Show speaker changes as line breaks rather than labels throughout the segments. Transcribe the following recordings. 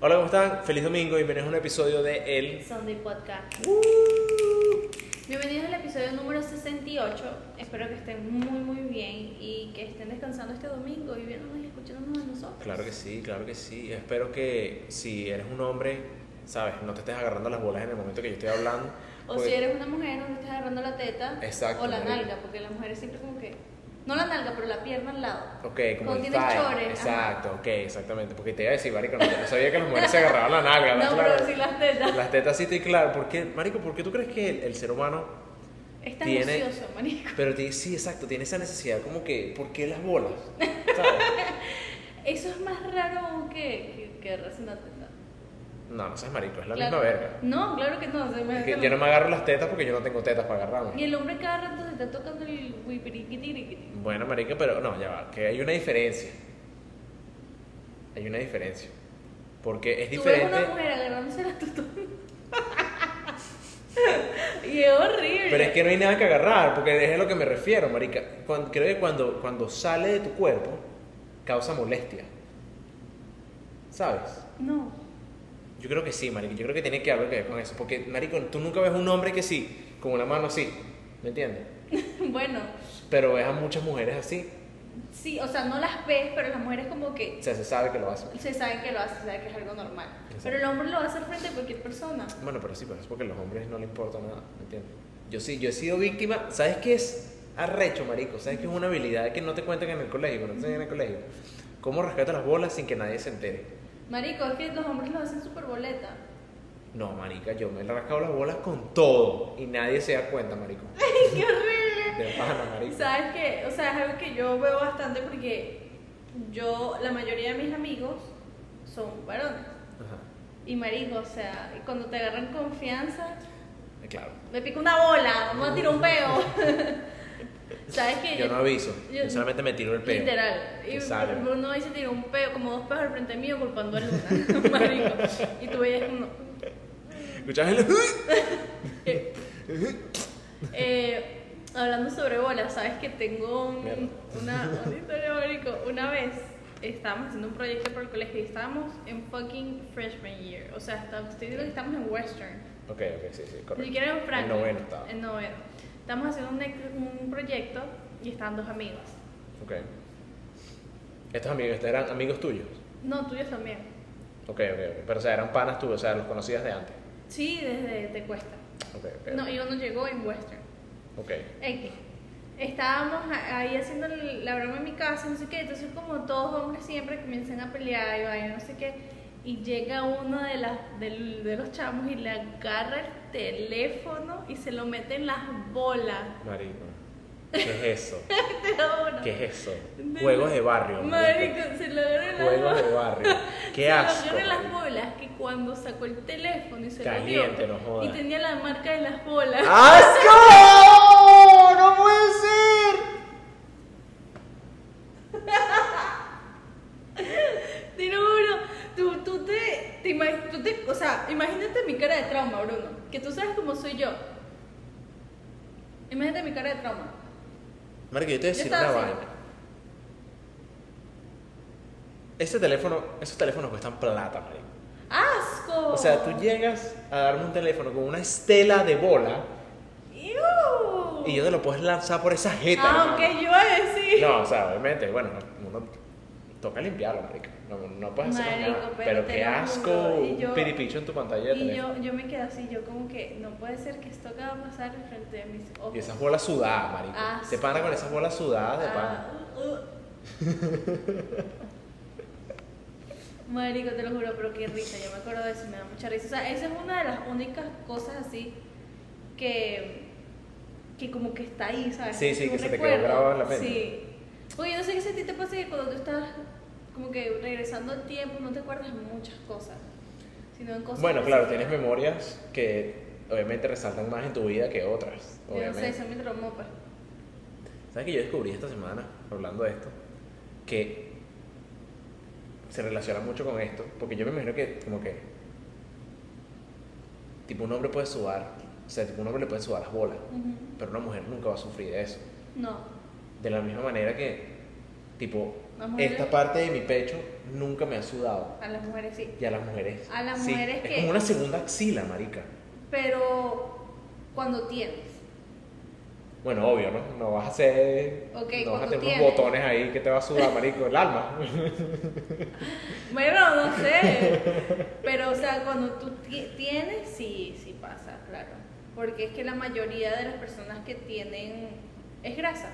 Hola, ¿cómo están? Feliz domingo, bienvenidos a un episodio de El.
Sunday Podcast. Bienvenidos al episodio número 68. Espero que estén muy, muy bien y que estén descansando este domingo y viéndonos y escuchándonos a nosotros.
Claro que sí, claro que sí. Espero que si eres un hombre, sabes, no te estés agarrando las bolas en el momento que yo estoy hablando. pues,
O
porque-
si eres una mujer, no te estás agarrando la teta
Exacto,
o la
marico.
nalga, porque las mujeres siempre como que. No la nalga, pero la pierna al lado.
Ok, como
Cuando
el
tienes
thigh.
chores, ajá.
Exacto, ok, exactamente. Porque te iba a decir, marico, no, no sabía que las mujeres se agarraban la nalga.
No,
claro.
pero sí las tetas.
Las tetas sí, estoy claro. ¿Por qué, marico, por qué tú crees que el- el ser humano
Es tan
tiene-
ocioso, marico.
Pero tiene- sí, exacto, tiene esa necesidad, como que, ¿por qué las bolas? ¿Sabes?
Eso es más raro que, que, que agarrarse una teta.
No, no seas marico, es la
Claro.
misma verga.
No, claro que no. se me
Es
hace
que
lo
yo no me agarro las tetas porque yo no tengo tetas para agarrarme.
Y el hombre cada rato se está tocando el wipiriquitiriquiti.
Bueno, marica, pero no, ya va, que hay una diferencia. Hay una diferencia. Porque es
Tú ves una
diferente,
mujer agarrándose la tutú. y es horrible.
pero es que no hay nada que agarrar, porque es a lo que me refiero, marica. Cuando- creo que cuando, cuando sale de tu cuerpo, causa molestia. ¿Sabes?
No.
Yo creo que sí, marico. Yo creo que tiene que haber algo que ver con eso. Porque, marico, tú nunca ves un hombre que sí, con una mano así. ¿Me entiendes?
Bueno,
Pero ves a muchas mujeres así.
sí, o sea, no las ves, pero las mujeres como que
O sea, se sabe que lo hacen.
se saben que lo hacen, se saben que es algo normal.
Exacto.
Pero el hombre lo hace al frente de cualquier persona.
Bueno, pero sí, pero es porque a los hombres no les importa nada. ¿Me entiendes? Yo sí, yo he sido víctima. ¿Sabes qué es arrecho, marico? ¿Sabes qué es una habilidad que no te cuentan en el colegio? que No te enseñan en el colegio. ¿Cómo rascarte las bolas sin que nadie se entere?
Marico, es que los hombres lo hacen súper boleta.
No, marica, yo me he rascado las bolas con todo. Y nadie se da cuenta, marico.
¡Qué horrible!
De pana, marico.
¿Sabes qué? O sea, es algo que yo veo bastante porque yo, la mayoría de mis amigos son varones.
Ajá.
Y marico, o sea, y cuando te agarran confianza,
eh, Claro.
me pica una bola, vamos a tirar un peo. ¿Sabes qué?
Yo no aviso, yo,
yo-
solamente me tiro el pelo.
Literal.
Que
Y
sale.
Bruno dice tiró un peo, como dos peos al frente mío culpando a Luna. marico. Y tú veías como.
¿Escuchas el?
eh, eh, hablando sobre bolas, sabes que tengo un-
Mierda.
una, una historia, marico. Una vez estábamos haciendo un proyecto para el colegio y estábamos en fucking freshman year. O sea, está- estoy diciendo que estamos en Western.
ok, ok, sí, sí, correcto.
Ni siquiera en Franklin.
El noveno estaba.
En noveno. Estamos haciendo un, ex- un proyecto y estaban dos amigos.
Ok. Estos amigos, estos eran amigos tuyos.
No, tuyos también.
Ok, ok, ok. Pero o sea, eran panas tuyos, o sea, los conocías de antes.
Sí, desde Te Cuesta.
Ok, ok.
No, y uno llegó en Western.
Ok.
X. Estábamos a- ahí haciendo el- la broma en mi casa, no sé qué. Entonces, como todos hombres siempre comienzan a pelear y vaina, no sé qué. Y llega uno de, las, del- de los chamos y le agarra el teléfono y se lo mete en las bolas.
Marico. ¿Qué es eso?
Te lo juro.
¿Qué es eso?
De-
Juegos de barrio.
Marico, se lo agarra en las
Juegos
bolas.
de barrio. Qué
Se
asco.
lo agarró en las
marico.
bolas que cuando sacó el teléfono y se
Caliente,
lo
no
dio
jodas. Ah.
y tenía la marca de las bolas.
¡Asco! ¡No puede ser!
Te lo juro, tú, tú te, te, ima- tú te- o sea, imagínate mi cara de trauma, Bruno, que tú sabes cómo soy yo. Imagínate mi cara de trauma.
Marico, yo te voy a decir
Yo
una
estaba así.
vaina. Ese teléfono, esos teléfonos cuestan plata, marico.
¡Asco!
O sea, tú llegas a darme un teléfono con una estela de bola
¡Iu!
y yo te lo puedes lanzar por esa
Ah,
jeta. hermano.
Aunque yo iba a decir.
No, o sea, obviamente, bueno, no- uno toca limpiarlo, marica. No, no puedes hacer más
Marico,
nada.
pero
Pero
te
qué
lo juro,
asco
y
un
yo-
piripicho en tu pantalla de
Y
teléfono.
yo, yo me quedé así, yo como que no puede ser que esto acaba de pasar enfrente de mis ojos.
Y esas bolas sudadas, marico.
Asco.
Te pana con esas bolas sudadas de pana.
Ah, uh. Marico, te lo juro, pero qué risa, yo me acuerdo de eso, y me da mucha risa. O sea, esa es una de las únicas cosas así que, que como que está ahí, ¿sabes?
Sí, sí,
Un
que se te quedó
recuerdo.
grabado en la mente.
Sí. Oye, no sé qué si a ti te pasa que cuando tú estás como que regresando al tiempo no te acuerdas de muchas cosas, sino en cosas
Bueno,
que
claro,
sí-
tienes memorias que obviamente resaltan más en tu vida que otras.
Yo no sé,
Obviamente.
eso me traumó, pues.
¿Sabes que yo descubrí esta semana, hablando de esto, que se relaciona mucho con esto? Porque yo me imagino que, como que, tipo, un hombre puede sudar, o sea, tipo, un hombre le puede sudar las bolas,
Ujú.
pero una mujer nunca va a sufrir de eso.
No.
De la misma manera que, tipo,
Las mujeres-
Esta parte de mi pecho nunca me ha sudado.
A las mujeres sí.
Y a las mujeres.
A las
sí.
mujeres
Es
que-
como una segunda axila, marica.
Pero cuando tienes.
Bueno, obvio, ¿no? No vas a hacer.
Ok,
no vas a tener
cuando
unos
tienes.
botones ahí que te va a sudar, marico, el alma.
Bueno, no sé. Pero, o sea, cuando tú ti- tienes, sí, sí pasa, claro. Porque es que la mayoría de las personas que tienen es grasa.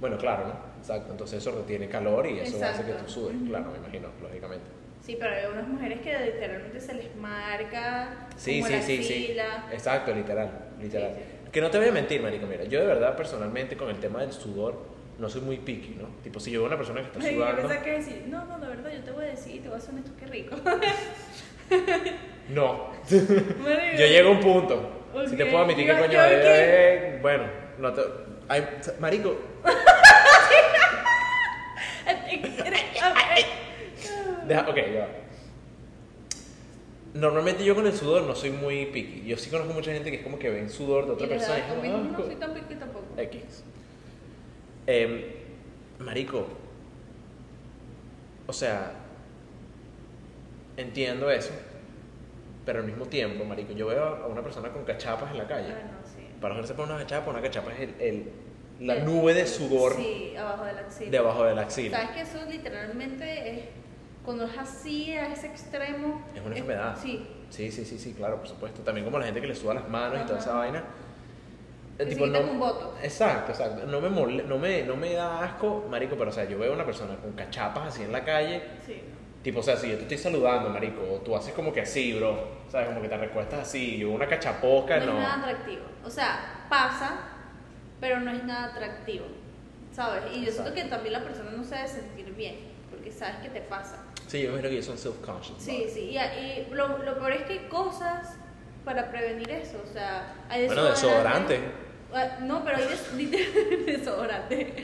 Bueno, claro, ¿no? Exacto. Entonces eso retiene calor y eso hace que
Exacto.
tú sudes.
Ujú.
Claro, me imagino, lógicamente.
Sí, pero hay unas mujeres que literalmente se les marca
Sí,
como
sí,
la
sí, sí.
axila.
Exacto, literal, literal.
Sí,
Que no te voy a mentir, marico, mira, yo de verdad personalmente con el tema del sudor no soy muy picky, ¿no? Tipo, si yo veo a una persona que está
Ay, Yo
sudando,
pensaba que iba a decir, no, no, la verdad, yo te voy a decir y te voy a hacer esto, qué rico.
no. Yo llego a un punto. Si te
Ok,
puedo admitir que
yo-
coño,
yo
eh,
qué-
eh, bueno, no te ay, marico, deja, ok, ya. va. Normalmente yo con el sudor no soy muy picky. Yo sí conozco mucha gente que es como que ven sudor de otra
Y le
persona.
da
y es como,
conmigo,
"Ah,
no
co-
soy tan piqui tampoco.
X. Em, marico, o sea, entiendo eso, pero al mismo tiempo, marico, yo veo a una persona con cachapas en la calle.
Bueno, Ah, sí.
Para hacerse por una cachapa, una cachapa es el, el- la nube de sudor
Sí, abajo de la axila.
debajo de la axila.
¿Sabes que eso literalmente es. Cuando es así, a ese extremo.
Es una enfermedad.
Sí.
Sí, sí, sí, sí, claro, por supuesto. También como la gente que le suda las manos y toda esa
Ajá.
vaina.
Que se quita con voto.
Exacto, exacto. No me, mole- no, me, no me da asco, marico, pero o sea, yo veo a una persona con cachapas así en la calle
Sí.
Tipo, o sea, si yo te estoy saludando, marico, o tú haces como que así, bro, ¿sabes? Como que te recuestas así, yo una cachapoca,
no,
no.
es nada atractivo. O sea, pasa, pero no es nada atractivo. ¿Sabes? Y yo
Exacto.
siento que también la persona no se debe sentir bien, porque sabes que te pasa.
Sí, yo me imagino que ellos son self-conscious.
Sí, sí. Y, y lo, lo peor es que hay cosas para prevenir eso. O sea, hay
Bueno, desodorante.
Ah, No, pero hay des- literal- desodorante.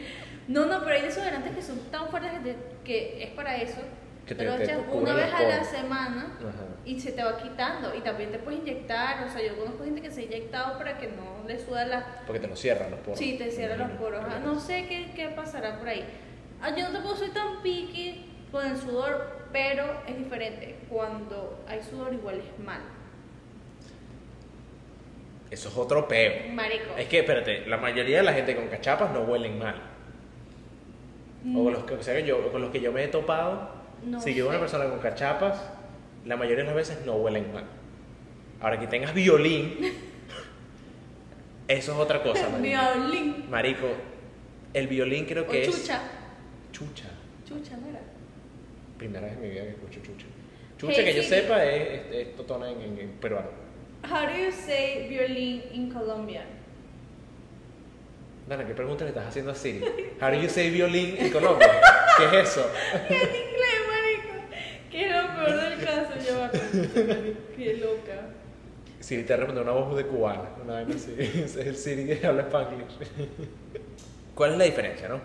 No, no, pero hay desodorantes que son tan fuertes que, te- que es para eso.
Que te-
te lo
te
echas
cubren
una
los
vez a la
poros.
semana
Ajá.
y se te va quitando. Y también te puedes inyectar. O sea, yo conozco gente que se ha inyectado para que no le suda la,
Porque te lo cierran los poros.
Sí, te cierran
Me
los
imagino.
poros. Ah, no sé qué, qué pasará por ahí. Ah, yo no te puedo soy tan picky con el sudor, pero es diferente. Cuando hay sudor igual es mal.
Eso es otro peo.
Marico.
Es que, espérate, la mayoría de la gente con cachapas no huelen mal. O
Mm,
con los que, o sea, que yo, con los que yo me he topado,
No
si yo veo a una
sé.
persona con cachapas, la mayoría de las veces no huelen mal. Ahora que tengas violín, eso es otra cosa, marico.
Violín.
Marico, el violín creo
O
que es.
chucha.
Chucha.
Chucha, no era.
Primera vez en mi vida que escucho chucha. Chucha,
Hey,
que yo
Siri.
sepa, es, es, es totona en, en- en peruano.
How do you say violín in Colombia?
Dana, ¿qué pregunta le estás haciendo a Siri? How do you say violín en Colombia? ¿Qué es eso?
en inglés, marico. Que es lo peor del caso, yo me acuerdo. Qué loca.
Siri te respondió una voz de cubana. Una vaina así. Es el Siri que habla spanglish. ¿Cuál es la diferencia, no?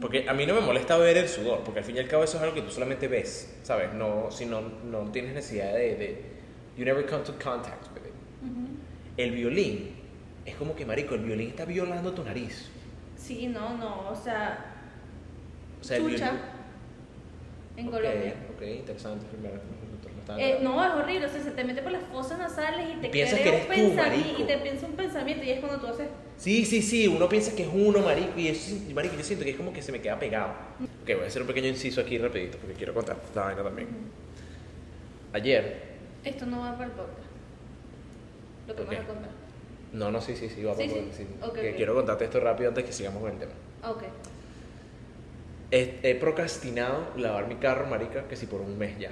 Porque a mí no me molesta ver el sudor, porque al fin y al cabo eso es algo que tú solamente ves, ¿sabes? No, si no, no tienes necesidad de, de... You never come to contact with it.
Ujú.
El violín es como que, marico, el violín está violando tu nariz.
Sí, no, no. O sea,
O sea, el
chucha.
violín...
En
Ok,
Colombia.
Ok, interesante. Primero, nosotros no estábamos
Eh,
hablando.
no, es horrible, o sea, se te mete por las fosas nasales y te
Piensas
crea
que
un
eres tú,
pensamiento
marico.
y te piensa un pensamiento y es cuando tú haces
Sí, sí, sí, uno piensa que es uno, marico, y eso, es- marico, yo siento que es como que se me queda pegado. Ok, voy a hacer un pequeño inciso aquí rapidito, porque quiero contar esta vaina también. Ayer,
esto no va para el podcast. Lo que
Ok.
vas a contar.
no, no, sí, sí, sí, vamos
Sí,
a
sí,
poder- sí,
ok,
que
ok.
Quiero contarte esto rápido antes que sigamos con el tema.
Ah, Ok.
He, he procrastinado lavar mi carro, marica, que si por un mes ya.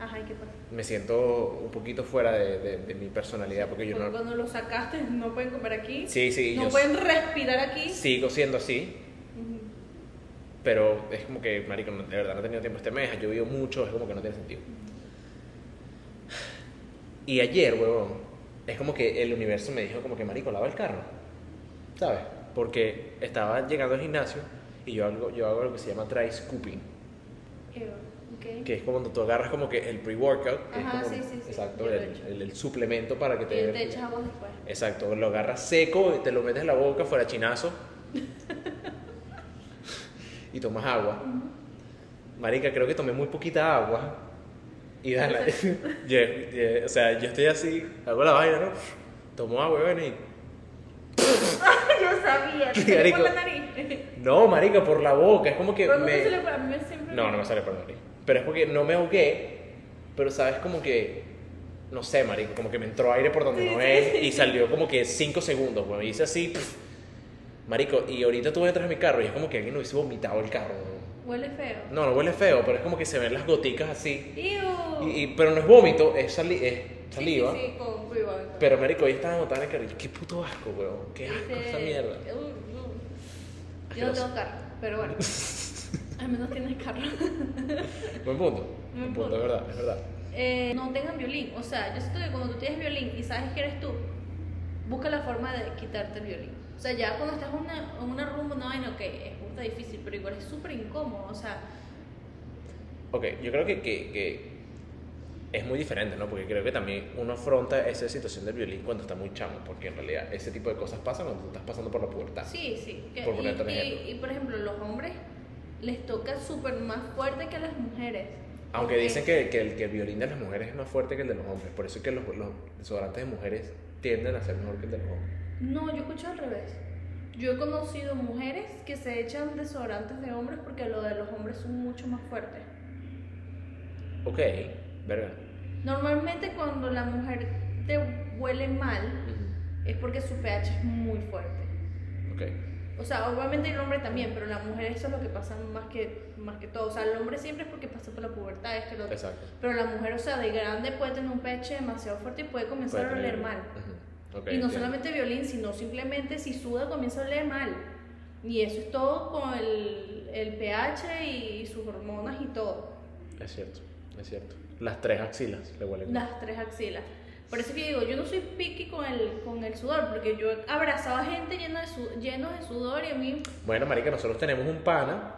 Ajá, ¿y qué pasa?
Me siento un poquito fuera de, de- de mi personalidad, porque yo
Porque
no...
cuando lo sacaste no pueden comer aquí,
Sí, sí,
no
yo
pueden respirar aquí.
sigo siendo así,
Ujú.
Pero es como que, marico, no- de verdad no he tenido tiempo este mes, ha llovido mucho, es como que no tiene sentido. Y ayer, huevón, es como que el universo me dijo como que, marico, lava el carro, ¿sabes? Porque estaba llegando al gimnasio y yo hago, yo hago lo que se llama dry scooping,
Ew, ok.
que es como cuando tú agarras como que el pre-workout, que es
Ajá,
como,
sí, sí, sí,
exacto,
yo lo he
el,
hecho.
el- el suplemento para que
Y
te...
te echas agua después.
Exacto, lo agarras seco, te lo metes en la boca, fuera chinazo. y tomas agua. Marica, creo que tomé muy poquita agua. Y dale. yo- yo- o sea, yo estoy así, hago la vaina, ¿no? Tomo agua, bueno, y.
Yo sabía, te
Qué
salió por la
rico.
nariz.
No, marica, por la boca. Es como que.
Pero no
me-
te salió por- a mí me siempre.
No, no me sale por la nariz. Pero es porque no me ahogué, pero sabes como que, no sé, marico, como que me entró aire por donde
Sí,
no
sí,
es
sí.
y salió como que 5 segundos, weón. Y hice así, pf, marico, y ahorita tú detrás de mi carro y es como que alguien hubiese vomitado el carro, weón.
Huele feo.
No, no huele feo, pero es como que se ven las goticas así.
Iu.
Y, y- pero no es vómito, es, sali- es
Sí,
saliva.
Sí, sí, con cuidado.
Pero, marico, yo estaba montada en el carro y qué puto asco, weón. Qué asco
Dice,
esta mierda.
"Uh, uh". Yo no tengo carro, pero bueno. Al menos tienes carro.
Buen punto.
Buen
Buen punto,
punto.
es verdad, es verdad.
Eh, no tengan violín. O sea, yo siento que cuando tú tienes violín y sabes que eres tú, busca la forma de quitarte el violín. O sea, ya cuando estás en una, en una rumba, una vaina, ok, es burda difícil, pero igual es súper incómodo. O sea,
Ok, yo creo que, que- que es muy diferente, ¿no? Porque creo que también uno afronta esa situación del violín cuando está muy chamo, porque en realidad ese tipo de cosas pasan cuando tú estás pasando por la pubertad.
sí, sí. que-
Por
y-
ponerte un
y,
ejemplo.
y, por ejemplo, los hombres les toca súper más fuerte que a las mujeres.
Aunque
Ok.
dicen que, que el, que el violín de las mujeres es más fuerte que el de los hombres, por eso es que los, los desodorantes de mujeres tienden a ser mejor que el de los hombres.
No, yo escucho al revés. Yo he conocido mujeres que se echan desodorantes de hombres porque lo de los hombres son mucho más fuertes.
Ok, verga.
Normalmente cuando la mujer te huele mal
Ujú,
es porque su pH es muy fuerte.
Ok.
O sea, obviamente el hombre también, pero la mujer eso es lo que pasa más que, más que todo. O sea, el hombre siempre es porque pasa por la pubertad, esto, lo otro.
Exacto.
Pero la mujer, o sea, de grande puede tener un pH demasiado fuerte y puede comenzar
Puede
a oler
tener-
mal.
Ujú, ok,
y no
entiendo.
solamente violín, sino simplemente si suda comienza a oler mal. Y eso es todo con el, el pH y sus hormonas y todo.
Es cierto, es cierto. Las tres axilas le huelen. mal.
Las tres axilas. Por eso que digo, yo no soy piqui con el, con el sudor, porque yo he abrazado a gente llena de, su- lleno de sudor y a mí...
Bueno, marica, nosotros tenemos un pana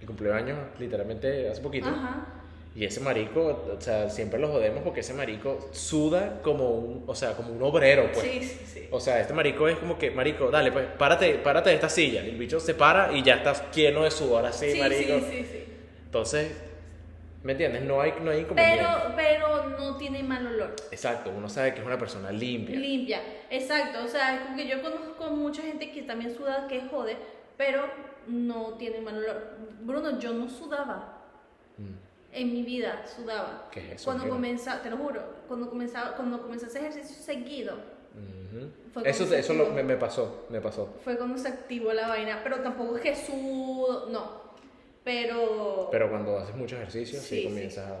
que cumplió años literalmente hace poquito.
Ajá.
Y ese marico, o sea, siempre lo jodemos porque ese marico suda como un, o sea, como un obrero, pues.
sí, sí, sí.
O sea, este marico es como que, marico, dale, pues, párate, párate de esta silla. Y El bicho se para y ya estás lleno de sudor así,
sí,
marico.
sí, sí, sí.
Entonces, ¿me entiendes? No hay, no hay inconveniente.
Pero, pero no tiene mal olor.
Exacto, uno sabe que es una persona limpia.
Limpia, exacto. O sea, es como que yo conozco mucha gente que también suda, que jode, pero no tiene mal olor. Bruno, yo no sudaba.
Mm,
En mi vida sudaba.
¿Qué es eso,
Cuando
mira?
comenzaba, te lo juro, cuando comenzaba, cuando comencé a hacer ejercicio seguido,
ujú.
Fue
Eso, eso lo-
conflictivo.
me, me pasó, me pasó.
fue cuando se activó la vaina. Pero tampoco es que sudo, no. Pero,
Pero cuando haces mucho ejercicio, sí,
Sí, sí.
comienzas a...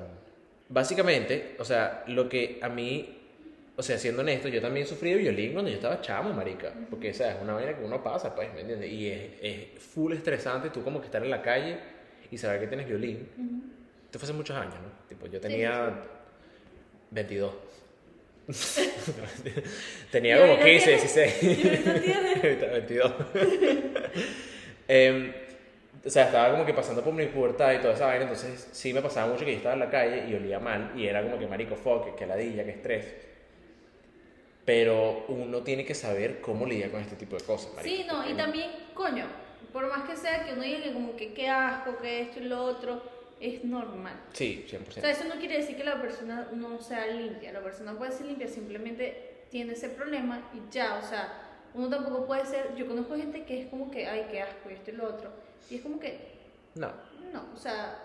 Básicamente, o sea, lo que a mí, o sea, siendo honesto, yo también sufrí de violín cuando yo estaba chamo, marica. Porque, o sea, es una vaina que uno pasa, pues, ¿me entiendes? Y es, es full estresante tú como que estar en la calle y saber que tienes violín.
Ujú.
Esto fue hace muchos años, ¿no? Tipo, yo
Sí,
tenía 22.
Y
tenía como
ahorita
15,
tienes-
16.
y ahorita tienes-
Ahorita, 22. Em, o sea, estaba como que pasando por mi pubertad y toda esa vaina, entonces sí me pasaba mucho que yo estaba en la calle y olía mal y era como que marico, fuck, que ladilla, que estrés. Pero uno tiene que saber cómo lidiar con este tipo de cosas, marico.
Sí, no,
porque
y también, coño, por más que sea que uno diga como que qué asco, que esto y lo otro, es normal.
Sí,
O
100%.
sea, eso no quiere decir que la persona no sea limpia, la persona puede ser limpia, simplemente tiene ese problema y ya, o sea, uno tampoco puede ser, yo conozco gente que es como que, ay, qué asco, y esto y lo otro, y es como que,
No,
no, o sea,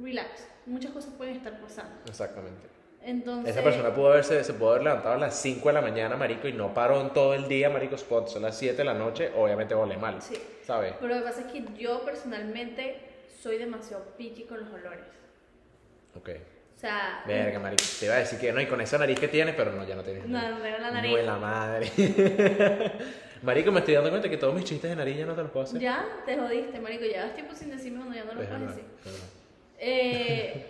relax, muchas cosas pueden estar pasando.
exactamente.
Entonces,
Esa persona pudo haberse, se pudo haber levantado a las 5 de la mañana, marico, y no paró en todo el día, marico, spot. Son las 7 de la noche, obviamente huele mal,
Sí.
¿sabes?
Pero lo que pasa es que yo personalmente soy demasiado piqui con los olores.
Ok.
O sea,
Verga, marico, te iba a decir que no, y con esa nariz que tienes, pero no, ya no tienes
No,
nariz.
no tengo la
No
nariz.
la madre. marico, me estoy dando cuenta que todos mis chistes de nariz ya no te los puedo hacer.
Ya te jodiste, marico. Llevas tiempo sin decirme cuando ya no lo
Es
puedes
verdad,
decir.
es verdad.
Eh,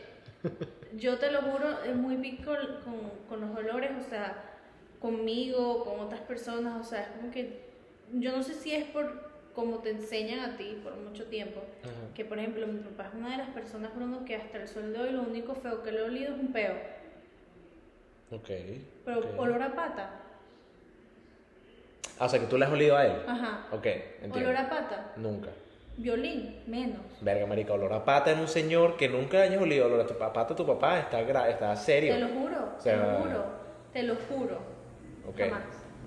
yo te lo juro, es muy pico con, con los olores, o sea, conmigo, con otras personas, o sea, es como que yo no sé si es por como te enseñan a ti por mucho tiempo.
Ajá.
Que por ejemplo, mi papá es una de las personas, Bruno, que hasta el sol de hoy lo único feo que le he olido es un peo.
Ok.
Pero
ok.
olor a pata.
Ah, o sea, que tú le has olido a él.
Ajá.
Ok, entiendo.
Olor a pata.
Nunca.
Violín, menos.
Verga, marica, olor a pata en un señor que nunca hayas olido olor a tu pa- pata a tu papá está, gra- está serio.
Te lo juro,
O
te
sea,
lo juro, te lo juro.
Ok,
Jamás.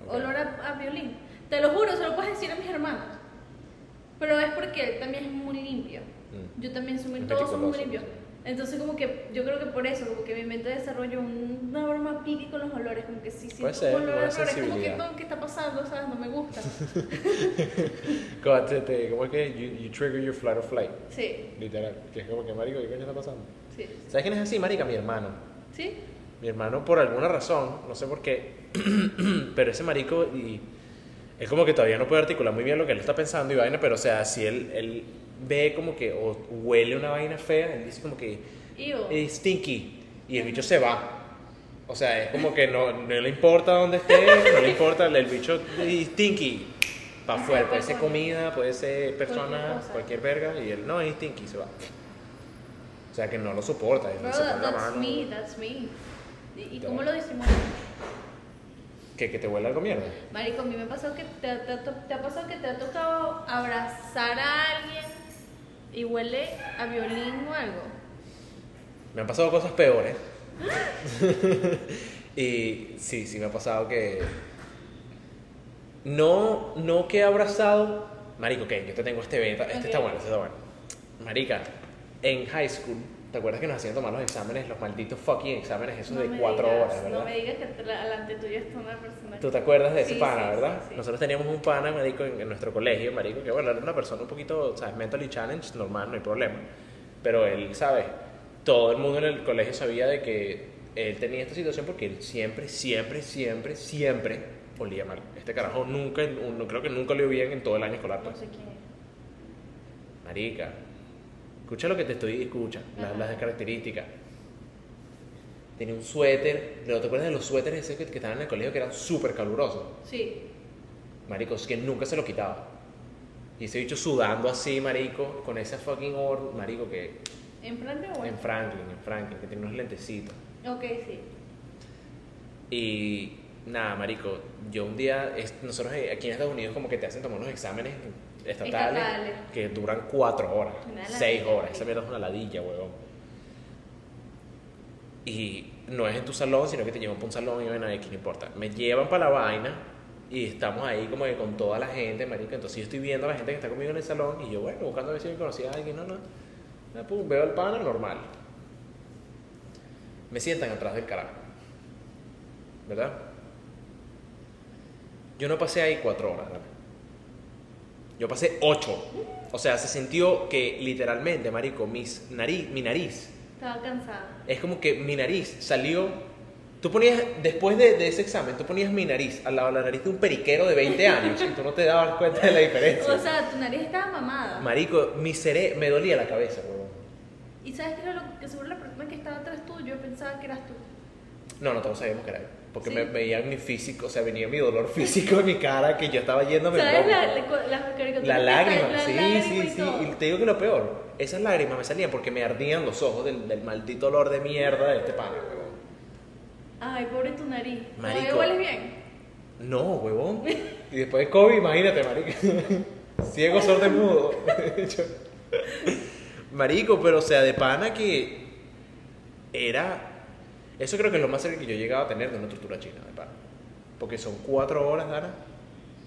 ok.
Olor a, a violín. Te lo juro, se lo puedes decir a mis hermanos. Pero es porque él también es muy limpio.
Mm.
Yo también soy muy,
Es
todos somos muy
meticuloso,
limpios. Entonces como que yo creo que por eso, como que mi mente desarrolla un- una broma piqui con los olores, como que sí, siento
Puede ser,
un olor
una
raro, es como que
sensibilidad.
no, ¿qué está pasando? ¿Sabes? No me gusta.
Como te- te- ¿Cómo es que you, you trigger your flight or flight?
Sí,
Literal, que es como que marico, ¿qué coño está pasando?
sí.
¿Sabes quién es así, marica? Mi hermano.
¿Sí?
Mi hermano por alguna razón, no sé por qué, pero ese marico y es como que todavía no puede articular muy bien lo que él está pensando y vaina, pero o sea, si él, él ve como que o huele una vaina fea, él dice como que
Ew.
"Eh, stinky y el bicho se va. O sea, es como que no, no le importa dónde esté, no le importa, el bicho "Eh, stinky para afuera, puede ser comida, puede ser persona,
cosa.
cualquier verga y él no es stinky, se va. O sea, que no lo soporta, él
Bro,
se pone
that-
la
that's
mano.
me, that's me. ¿Y, y
Te
cómo
va.
lo disimulas?
¿Que, que te huele algo mierda.
Marico, a mí me ha pasado que te, te ha to- te ha pasado que te ha tocado abrazar a alguien y huele a violín o algo.
Me han pasado cosas peores. y sí, sí me ha pasado que. No, no que he abrazado. Marico, ok, yo te tengo este beta. Este
Ok.
está bueno, este está bueno. Marica, en high school, ¿te acuerdas que nos hacían tomar los exámenes, los malditos fucking exámenes, esos
No
de
me
cuatro
digas,
horas, ¿verdad?
No me digas que tra- delante tuyo está una persona.
Tú te acuerdas de ese
Sí,
pana,
sí,
¿verdad?
sí, sí.
Nosotros teníamos un pana, marico, en, en nuestro colegio, marico, que bueno, era una persona un poquito, ¿sabes? Mentally challenged, normal, no hay problema. Pero él, ¿sabes? Todo el mundo en el colegio sabía de que él tenía esta situación porque él siempre, siempre, siempre, siempre olía mal. Este carajo nunca, no creo que nunca olió bien en todo el año escolar.
No
pues.
sé quién es.
Marica, escucha lo que te estoy escucha, la-
Ajá.
las características. Tenía un suéter, ¿no te acuerdas de los suéteres esos que, que estaban en el colegio que eran súper calurosos?
Sí.
Marico, es que nunca se lo quitaba. Y ese bicho sudando así, marico, con ese fucking or, marico, que
¿En Francia o en
en Franklin, en Franklin, que tiene unos lentecitos.
Ok, sí.
Y nada, marico, yo un día, es- nosotros eh, aquí en Estados Unidos como que te hacen tomar unos exámenes estatales,
Estatales.
que duran cuatro horas,
Una
seis
ladilla,
horas, esa mierda es una ladilla, huevón. Y no es en tu salón, sino que te llevan para un salón y ven a X, no importa. Me llevan para la vaina y estamos ahí como que con toda la gente, marico. Entonces yo estoy viendo a la gente que está conmigo en el salón y yo, bueno, buscando a ver si conocía a alguien, no, no. Ah, pum, veo al pana normal. Me sientan atrás del carajo. ¿Verdad? Yo no pasé ahí cuatro horas, ¿verdad? Yo pasé ocho. O sea, se sintió que literalmente, marico, mis nariz, mi nariz,
Estaba cansada.
es como que mi nariz salió. Tú ponías, después de, de ese examen, tú ponías mi nariz al lado de la nariz de un periquero de 20 años y tú no te dabas cuenta de la diferencia.
O sea, tu nariz estaba mamada.
marico, mi cere me dolía la cabeza, huevón.
y sabes que, era lo que seguro la persona que estaba atrás tuyo pensaba que eras tú.
No, no, todos sabíamos que era él. Porque
Sí.
me veían mi físico, o sea, venía mi dolor físico en mi cara, que yo estaba yéndome al
¿Sabes? La,
vómito.
la- las caricaturas
La
que
lágrima,
salen, la
sí,
lágrima
sí,
y
sí.
todo.
Y te digo que lo peor, esas lágrimas me salían porque me ardían los ojos del, del maldito olor de mierda de este pana, huevón.
Ay, pobre tu nariz.
Marico.
¿Todavía hueles bien?
No, huevón. Y después de COVID, imagínate, marico. Ciego, sordo, y mudo. Yo- marico, pero o sea, de pana que era... Eso creo que es lo más cerca que yo llegaba a tener de una tortura china, de pana. Porque son cuatro horas, Dana,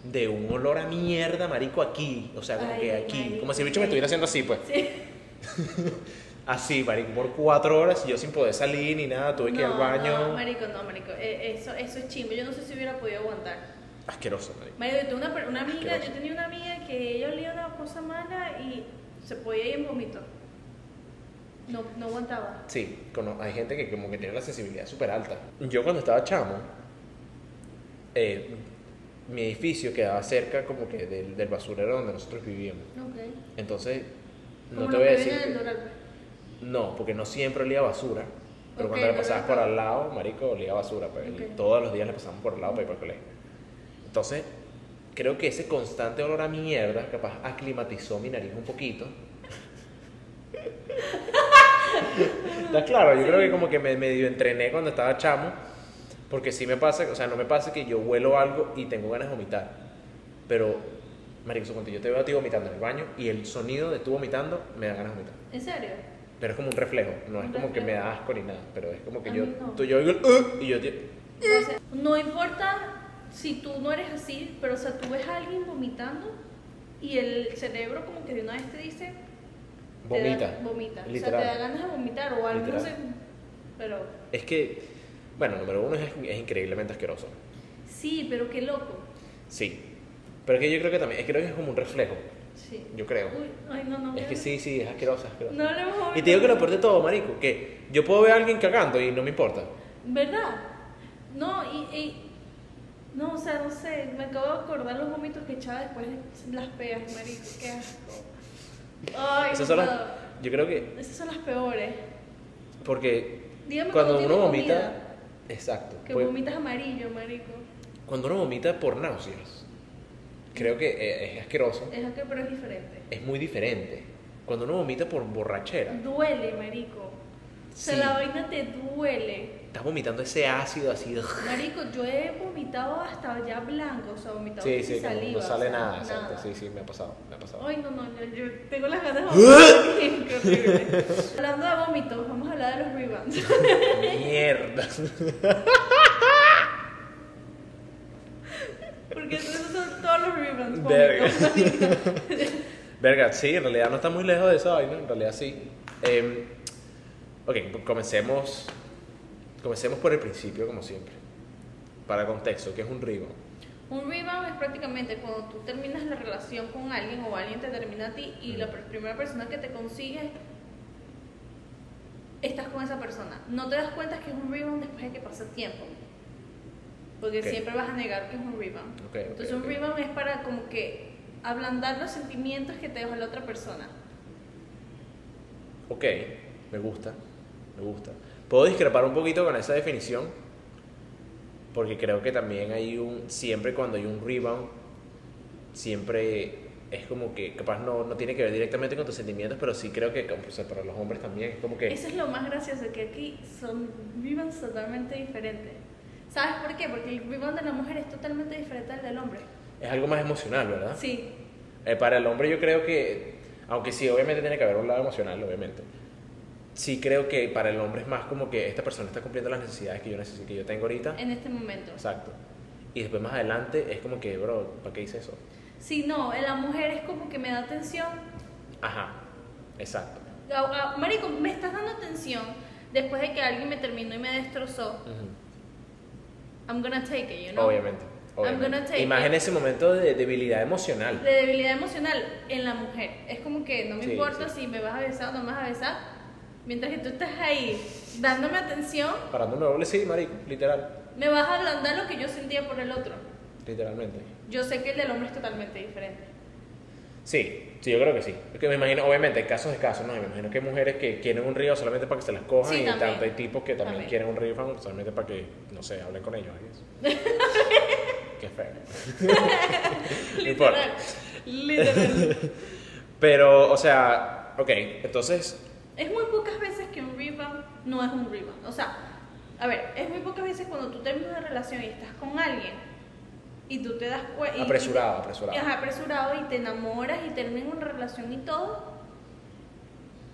de un olor a mierda, marico, aquí. O sea, como
Ay,
que aquí.
marico,
como si el bicho me
sí.
estuviera haciendo así, pues.
Sí.
Así, marico, por cuatro horas y yo sin poder salir ni nada, tuve que ir al baño.
No, marico, no, marico. Eh, eso, eso es chimbo. Yo no sé si hubiera podido aguantar.
Asqueroso, marico.
Marico, yo tuve una, per- una amiga,
Asqueroso.
yo tenía una amiga que ella olía una cosa mala y se podía ir en vómito. No, no aguantaba.
Sí, cono- hay gente que como que tiene la sensibilidad súper alta. Yo cuando estaba chamo, eh, mi edificio quedaba cerca como que del, del basurero donde nosotros vivíamos.
Ok.
Entonces,
Como
no te
los
voy a
que
decir...
viven en el
que-
Doral. pues.
No, porque no siempre olía a basura. Pero
Ok,
cuando le
no
pasabas
era
por
tan-
al lado, marico, olía a basura. Pues, y
Ok.
todos los días le pasamos por al lado para ir para el colegio. Entonces, creo que ese constante olor a mierda capaz aclimatizó mi nariz un poquito. ¿Estás claro? Yo creo que como que me medio entrené cuando estaba chamo. Porque sí me pasa, o sea, no me pasa que yo huelo algo y tengo ganas de vomitar. Pero, Marico, suponte, yo te veo a ti vomitando en el baño y el sonido de tú vomitando me da ganas de vomitar.
¿En serio?
Pero es como un reflejo, no es
Un
como que me
reflejo.
da asco ni nada, pero es como que
A
yo,
mí no.
tú, yo oigo el "Uh", y yo, tío,
O sea, no importa si tú no eres así, pero o sea, tú ves a alguien vomitando y el cerebro como que de una vez te dice... te da-
vomita.
vomita. O
Literal.
sea, te da ganas de vomitar o algo, no
Literal.
sé. Pero
Es que, bueno, número uno es, es increíblemente asqueroso.
sí, pero qué loco.
Sí. Pero es que yo creo que también, es que creo que es como un reflejo,
Sí.
yo creo.
Uy, ay, no, no.
Es que sí, sí, es asqueroso, es asqueroso.
No hablemos
Y te digo que lo peor de todo, marico, que yo puedo ver a alguien cagando y no me importa.
¿Verdad? No, y, y- No, o sea, no sé, me acabo de acordar los vómitos que echaba después de las peas, marico, qué asco. Ay,
Esas
no.
son las- yo creo que,
Esas son las peores.
porque
Dígame
cuando uno
tiene
vomita,
comida,
exacto,
que
pues,
vomitas amarillo, marico.
cuando uno vomita por náuseas, creo que eh, es asqueroso,
Es que pero es diferente.
es muy diferente. Cuando uno vomita por borrachera,
Duele, marico. O sea,
Sí.
la vaina te duele.
estás vomitando ese ácido así.
Marico, yo he vomitado hasta ya blanco, o sea, vomitado
Sí,
sin
sí, que no-
saliva,
no sale
o sea,
nada, exacto, sí, sí, me ha pasado, me ha pasado.
Ay, no, no, yo, yo tengo las ganas de vomitar. Qué horrible. Hablando de vómitos, vamos a hablar de los rebounds.
Mierda.
Porque esos son todos los rebounds.
Verga.
vómitos.
Verga, sí, en realidad no está muy lejos de esa vaina, en realidad sí. Em, ok, pues comencemos, comencemos por el principio, como siempre. Para contexto, que es un rebound?
Un rebound es prácticamente cuando tú terminas la relación con alguien o alguien te termina a ti y
Mm.
la per- primera persona que te consigue estás con esa persona. No te das cuenta que es un rebound después de que pasa tiempo. Porque
Ok.
siempre vas a negar que es un rebound.
Ok, ok,
Entonces
ok.
un rebound es para como que ablandar los sentimientos que te dejó la otra persona.
Ok, me gusta, me gusta. Puedo discrepar un poquito con esa definición, porque creo que también hay un, siempre cuando hay un rebound, siempre es como que, capaz no, no tiene que ver directamente con tus sentimientos, pero sí creo que, como, o sea, para los hombres también, es como que...
Eso es lo más gracioso, que aquí son rebounds totalmente diferentes. ¿Sabes por qué? Porque el rebound de la mujer es totalmente diferente al del hombre.
Es algo más emocional, ¿verdad?
Sí,
Eh, para el hombre yo creo que, aunque sí, obviamente tiene que haber un lado emocional, obviamente. Sí creo que para el hombre es más como que esta persona está cumpliendo las necesidades que yo necesito, que yo tengo ahorita.
en este momento.
Exacto. Y después más adelante es como que, bro, ¿para qué hice eso?
Si no, en la mujer es como que me da atención.
Ajá. Exacto.
A- a- Marico, me estás dando atención después de que alguien me terminó y me destrozó.
Ujú.
I'm gonna take it, you know.
Obviamente.
gonna
obviamente.
take
Y más en
it.
ese momento de debilidad emocional.
De debilidad emocional en la mujer. Es como que no me
Sí,
importa si me vas a besar o no me vas a besar. Mientras que tú estás ahí dándome atención,
Parándome doble, sí, marico. Literal.
me vas a ablandar lo que yo sentía por el otro.
Literalmente.
Yo sé que el del hombre es totalmente diferente.
Sí, sí, yo creo que sí. Porque me imagino, obviamente, hay casos de casos, ¿no? Me imagino que hay mujeres que quieren un río solamente para que se las cojan
Sí,
y
también.
tanto hay tipos que también,
También.
quieren un río solamente para que, no sé, hablen con ellos. I guess. Qué feo. No importa.
Literal. Literal.
Pero, o sea, ok, entonces,
Es muy pocas veces que un rebound no es un rebound. O sea, a ver, es muy pocas veces cuando tú terminas una relación y estás con alguien y tú te das cuenta.
apresurado, apresurado.
Ajá, apresurado y te enamoras y terminas una relación y todo.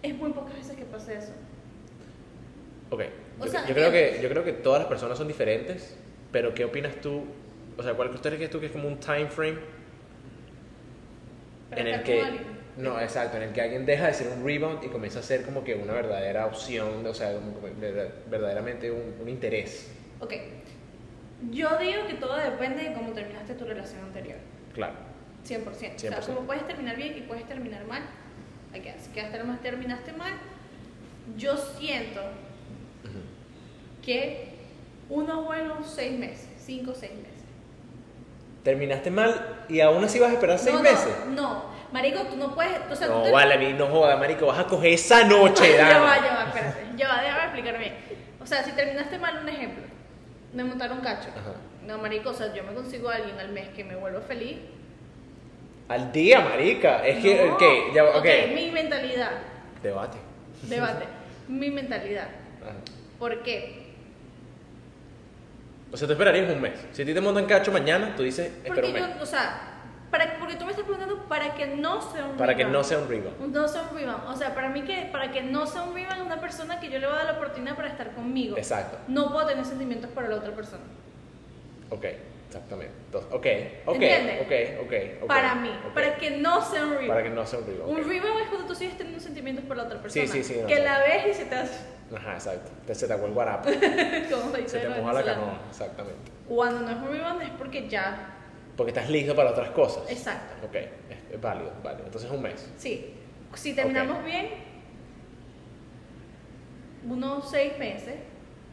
Es muy pocas veces que pasa eso.
Ok,
O
yo,
sea, eh,
yo creo
bien.
que, yo creo que todas las personas son diferentes, pero ¿qué opinas tú? O sea, ¿cuál crees que tú que es como un time frame
Para
en el
estar
que
con alguien.
no exacto en el que alguien deja de ser un rebound y comienza a ser como que una verdadera opción o sea como que verda- verdaderamente un, un interés
Ok. Yo digo que todo depende de cómo terminaste tu relación anterior.
claro
100%. O sea,
100%.
como puedes terminar bien y puedes terminar mal. Aquí, así que hasta lo más terminaste mal. Yo siento que unos buenos seis meses, cinco o seis meses.
terminaste mal y aún así vas a esperar seis
no,
meses
No, no, marico, tú no puedes. O sea, tú
no
te-
vale mi- no joda marico vas a coger esa noche
ya va,
Dana
ya va, espérate. Ya va, déjame explicar bien. O sea, si terminaste mal, un ejemplo. Me montaron cacho.
Ajá.
No, marico, o sea, yo me consigo a alguien al mes que me vuelva feliz.
al día marica es que
No.
ok ya va, ok,
ok, mi mentalidad.
debate
Debate. mi mentalidad.
Ajá.
¿Por qué?
o sea tú esperarías un mes si a ti te montan cacho mañana tú dices espera
Porque
un mes
yo, o sea, para, porque tú me estás preguntando para que no sea un
Para que
rebound.
no sea un rebound.
Un No sea un rebound. O sea, para mí que para que no sea un rebound una persona que yo le voy a dar la oportunidad para estar conmigo.
Exacto.
No puedo tener sentimientos para la otra persona.
Ok, exactamente. Entonces, ok, ok,
¿Entiendes?
ok, ok, ok.
para mí.
ok.
Para que no sea un rebound.
Para que no sea un rebound.
Un
ok.
rebound es cuando tú sigues teniendo sentimientos por la otra persona.
sí, sí, no,
que
sí.
la ves y se te hace.
Ajá, exacto. Te- Se te acuerda el guarapo.
como se dice
Se te
en
moja la
venezolano.
canoa, exactamente.
Cuando no es un rebound es porque ya.
Porque estás listo para otras cosas.
Exacto.
Ok, es, es válido, válido. Entonces un mes.
Sí. Si terminamos bien, unos seis meses.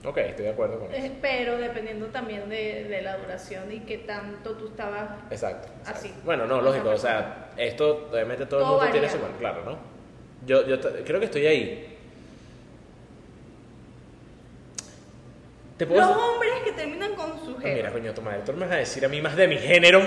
Ok, estoy de acuerdo con eso.
eh, Pero dependiendo también de, de la duración y qué tanto tú estabas.
Exacto. exacto.
Así.
Bueno, no, lógico. O sea, esto obviamente todo, el
Todo
mundo tiene
varía.
su bueno, claro, ¿no? Yo, yo t- creo que estoy ahí. Te puedo.
Los hombres que terminan con su
Ah,
jefe.
Mira, coño, tu madre, tú me vas a decir a mí más de mi género.
Los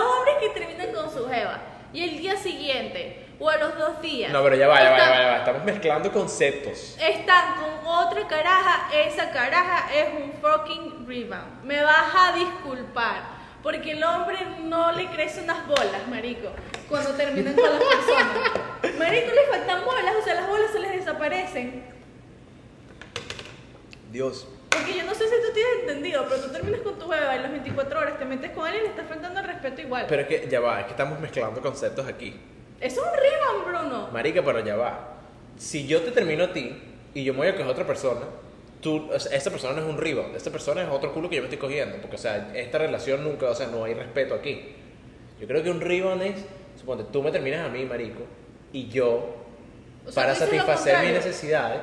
hombres que terminan con su jeva y el día siguiente o a los dos días.
No, pero ya va, ya va, ya
están-
va, ya va. Estamos mezclando conceptos.
Están con otra caraja, esa caraja es un fucking rebound. Me vas a disculpar, porque el hombre no le crecen las bolas, marico, cuando terminan con las personas. Marico, les faltan bolas, o sea, las bolas se les desaparecen.
Dios.
Porque yo no sé si tú tienes entendido, pero tú terminas con tu jeva y las 24 horas te metes con él y le estás faltando el respeto igual.
Pero es que ya va, es que estamos mezclando conceptos aquí.
Es un rebound, Bruno.
Marica, pero ya va. Si yo te termino a ti y yo me voy a coger a otra persona, tú, o sea, esa persona no es un rebound, esta persona es otro culo que yo me estoy cogiendo, porque, o sea, esta relación nunca, o sea, no hay respeto aquí. Yo creo que un rebound es, suponte, tú me terminas a mí, marico, y yo,
O sea,
para
tú dices lo
satisfacer mis
contrario.
necesidades,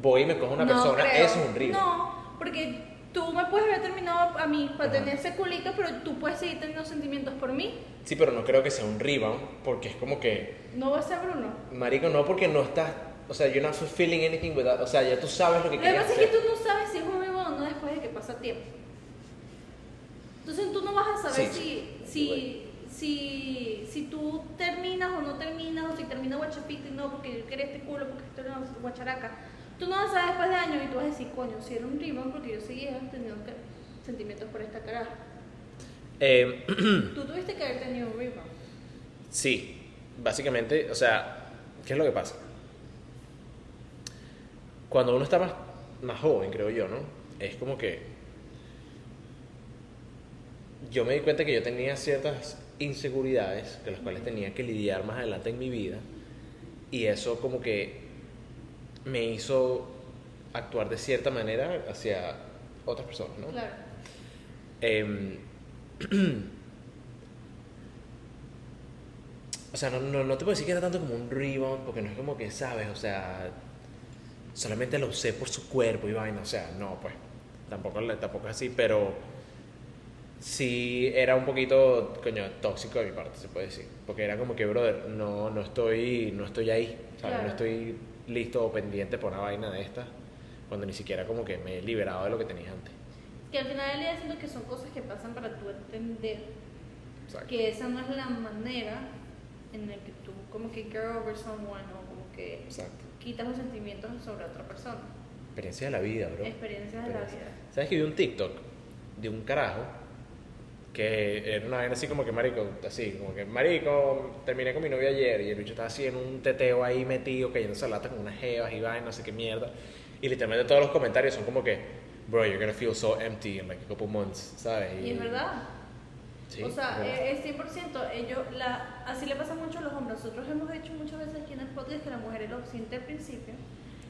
voy y me cojo a una
No
persona,
creo.
eso es un rebound.
No, porque tú me puedes haber terminado a mí para
Ajá.
tener ese culito, pero tú puedes seguir teniendo sentimientos por mí.
Sí, pero no creo que sea un rebound, porque es como que...
No va a ser Bruno.
Marico, no, porque no estás. O sea, you're not fulfilling anything without. O sea, ya tú sabes lo que
Lo que
quieres
pasa es
hacer.
que tú no sabes si es un vivo o no después de que pasa tiempo. Entonces tú no vas a saber
Sí.
si, si, si, si tú terminas o no terminas, o si termina guachapita y no, porque yo quería este culo, porque esto era una guacharaca. Tú no vas a saber después de años y tú vas a decir, coño, si era un rebound porque yo seguía teniendo que- sentimientos por esta cara.
Eh,
Tú tuviste que haber tenido un rebound.
sí, básicamente, o sea, ¿qué es lo que pasa? Cuando uno está más, más joven, creo yo, ¿no? Es como que. Yo me di cuenta que yo tenía ciertas inseguridades con las cuales tenía que lidiar más adelante en mi vida. Y eso, como que. Me hizo actuar de cierta manera hacia otras personas, ¿no?
Claro.
Em, o sea, no, no, no te puedo decir que era tanto como un rebound, porque no es como que, ¿sabes? O sea, solamente lo usé por su cuerpo y vaina. O sea, no, pues, tampoco, le- tampoco es así, pero sí era un poquito, coño, tóxico de mi parte, se puede decir. Porque era como que, brother, no, no, estoy, no estoy ahí, ¿sabes?
Claro.
No estoy listo o pendiente por una vaina de esta, cuando ni siquiera como que me he liberado de lo que tenía antes.
Que al final del día siento que son cosas que pasan para tú entender
Exacto.
que esa no es la manera en la que tú como que get over someone o como que
Exacto.
quitas los sentimientos sobre otra persona.
Experiencia de la vida, bro.
Experiencias de la vida.
¿Sabes que vi un TikTok de un carajo que era una vaina así como que marico, así, como que marico, terminé con mi novia ayer y el bicho estaba así en un teteo ahí metido, cayéndose a lata con unas jevas y vaina, no sé qué mierda. Y literalmente todos los comentarios son como que, bro, you're gonna feel so empty in like a couple months, ¿sabes?
Y es verdad.
Sí,
o
es
sea, eh, e,
verdad.
es es 100%. Ellos, la, así le pasa mucho a los hombres. Nosotros hemos dicho muchas veces aquí en el podcast que la mujer lo siente al principio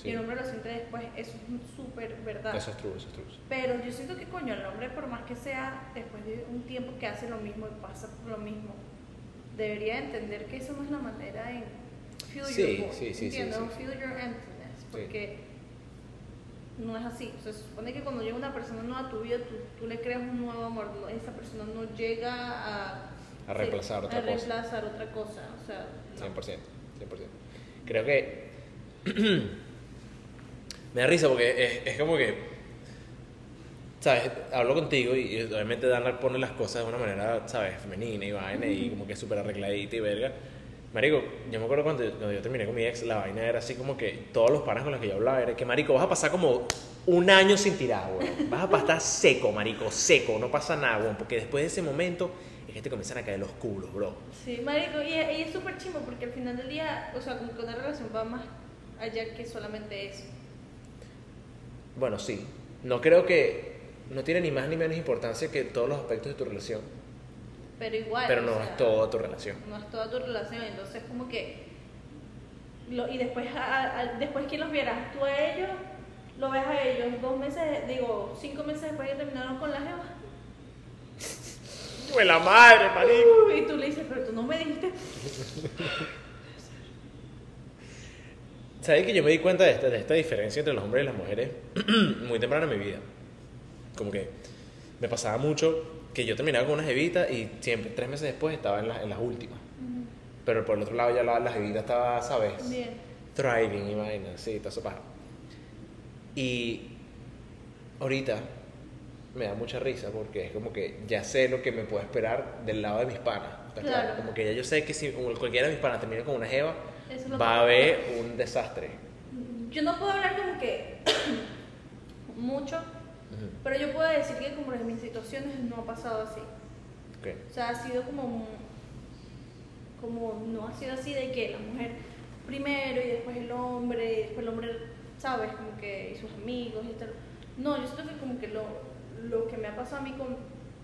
Sí.
y el hombre lo siente después. Eso es súper verdad.
Eso es true, eso es true.
Pero yo siento que coño, el hombre, por más que sea después de un tiempo que hace lo mismo y pasa por lo mismo, debería entender que eso no es la manera en feel
Sí,
your void,
sí, sí, sí,
¿entiendes?
sí,
O
sí.
Feel your emptiness, porque no es así. O sea, se supone que cuando llega una persona nueva a tu vida, tú, tú le creas un nuevo amor, no- esa persona no llega a,
A reemplazar
a
otra cosa.
reemplazar otra cosa. O sea, no.
100%, 100%. Creo que. me da risa porque es, es como que. ¿Sabes? Hablo contigo y, y obviamente Dan pone las cosas de una manera, ¿sabes? Femenina y vaina y como que súper arregladita y verga. Marico, yo me acuerdo cuando, cuando yo terminé con mi ex, la vaina era así como que todos los panas con los que yo hablaba era que, Marico, vas a pasar como un año sin tirar, weón. Vas a pasar seco, Marico, seco, no pasa nada, weón. Porque después de ese momento es que te comienzan a caer los culos, bro.
Sí, marico, y, y es súper chimo porque al final del día, o sea, como que una relación va más allá que solamente eso.
Bueno, sí. No creo que. No tiene ni más ni menos importancia que todos los aspectos de tu relación.
Pero igual.
pero
o
no
sea,
es toda tu relación.
No es toda tu relación, entonces como que... lo- y después, a- a- después ¿quién los viera? Tú a ellos, lo ves a ellos dos meses, digo, cinco meses después que terminaron con la jeva.
¡Hue la madre, marico!
Uy, Y tú le dices, pero tú no me dijiste...
¿Sabes que yo me di cuenta de esta, de esta diferencia entre los hombres y las mujeres muy temprano en mi vida? Como que me pasaba mucho que yo terminaba con una jevita y siempre, tres meses después, estaba en, las- en las últimas. Pero por el otro lado ya la, la jevita estaba, ¿sabes?
Bien.
Thriving y vaina, sí, todo eso paja. Y ahorita me da mucha risa porque es como que ya sé lo que me puedo esperar del lado de mis panas. ¿está claro?
Claro.
Como que ya yo sé que si cualquiera de mis panas termina con una jeva,
Eso es lo
va a
que-
haber un desastre.
Yo no puedo hablar como que mucho, pero yo puedo decir que como en mis situaciones no ha pasado así.
Ok.
O sea, ha sido como, un- como no ha sido así de que la mujer primero y después el hombre, y después el hombre, ¿sabes? Como que y sus amigos y tal. No, yo siento que como que lo, lo que me ha pasado a mí con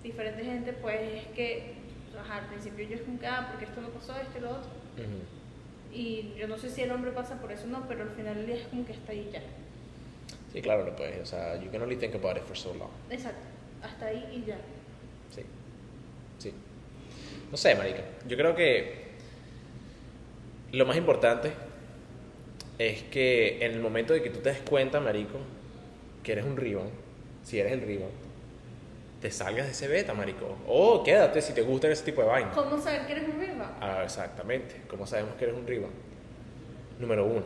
diferente gente, pues es que, ajá, al principio yo es como que, ah, porque esto me pasó, esto y lo otro.
Ujú.
Y yo no sé si el hombre pasa por eso o no, pero al final del día es como que está ahí ya.
Sí, claro, lo puedes. O sea, you can only think about it for so long.
Exacto, hasta ahí y ya.
Sí. Sí. No sé, marica. Yo creo que lo más importante es que en el momento de que tú te des cuenta, marico, que eres un ribón, si eres el ribón, te salgas de ese beta, marico. O quédate si te gusta ese tipo de vaina.
¿Cómo saber que eres un rival?
Ah, exactamente. ¿Cómo sabemos que eres un ribón? Número uno.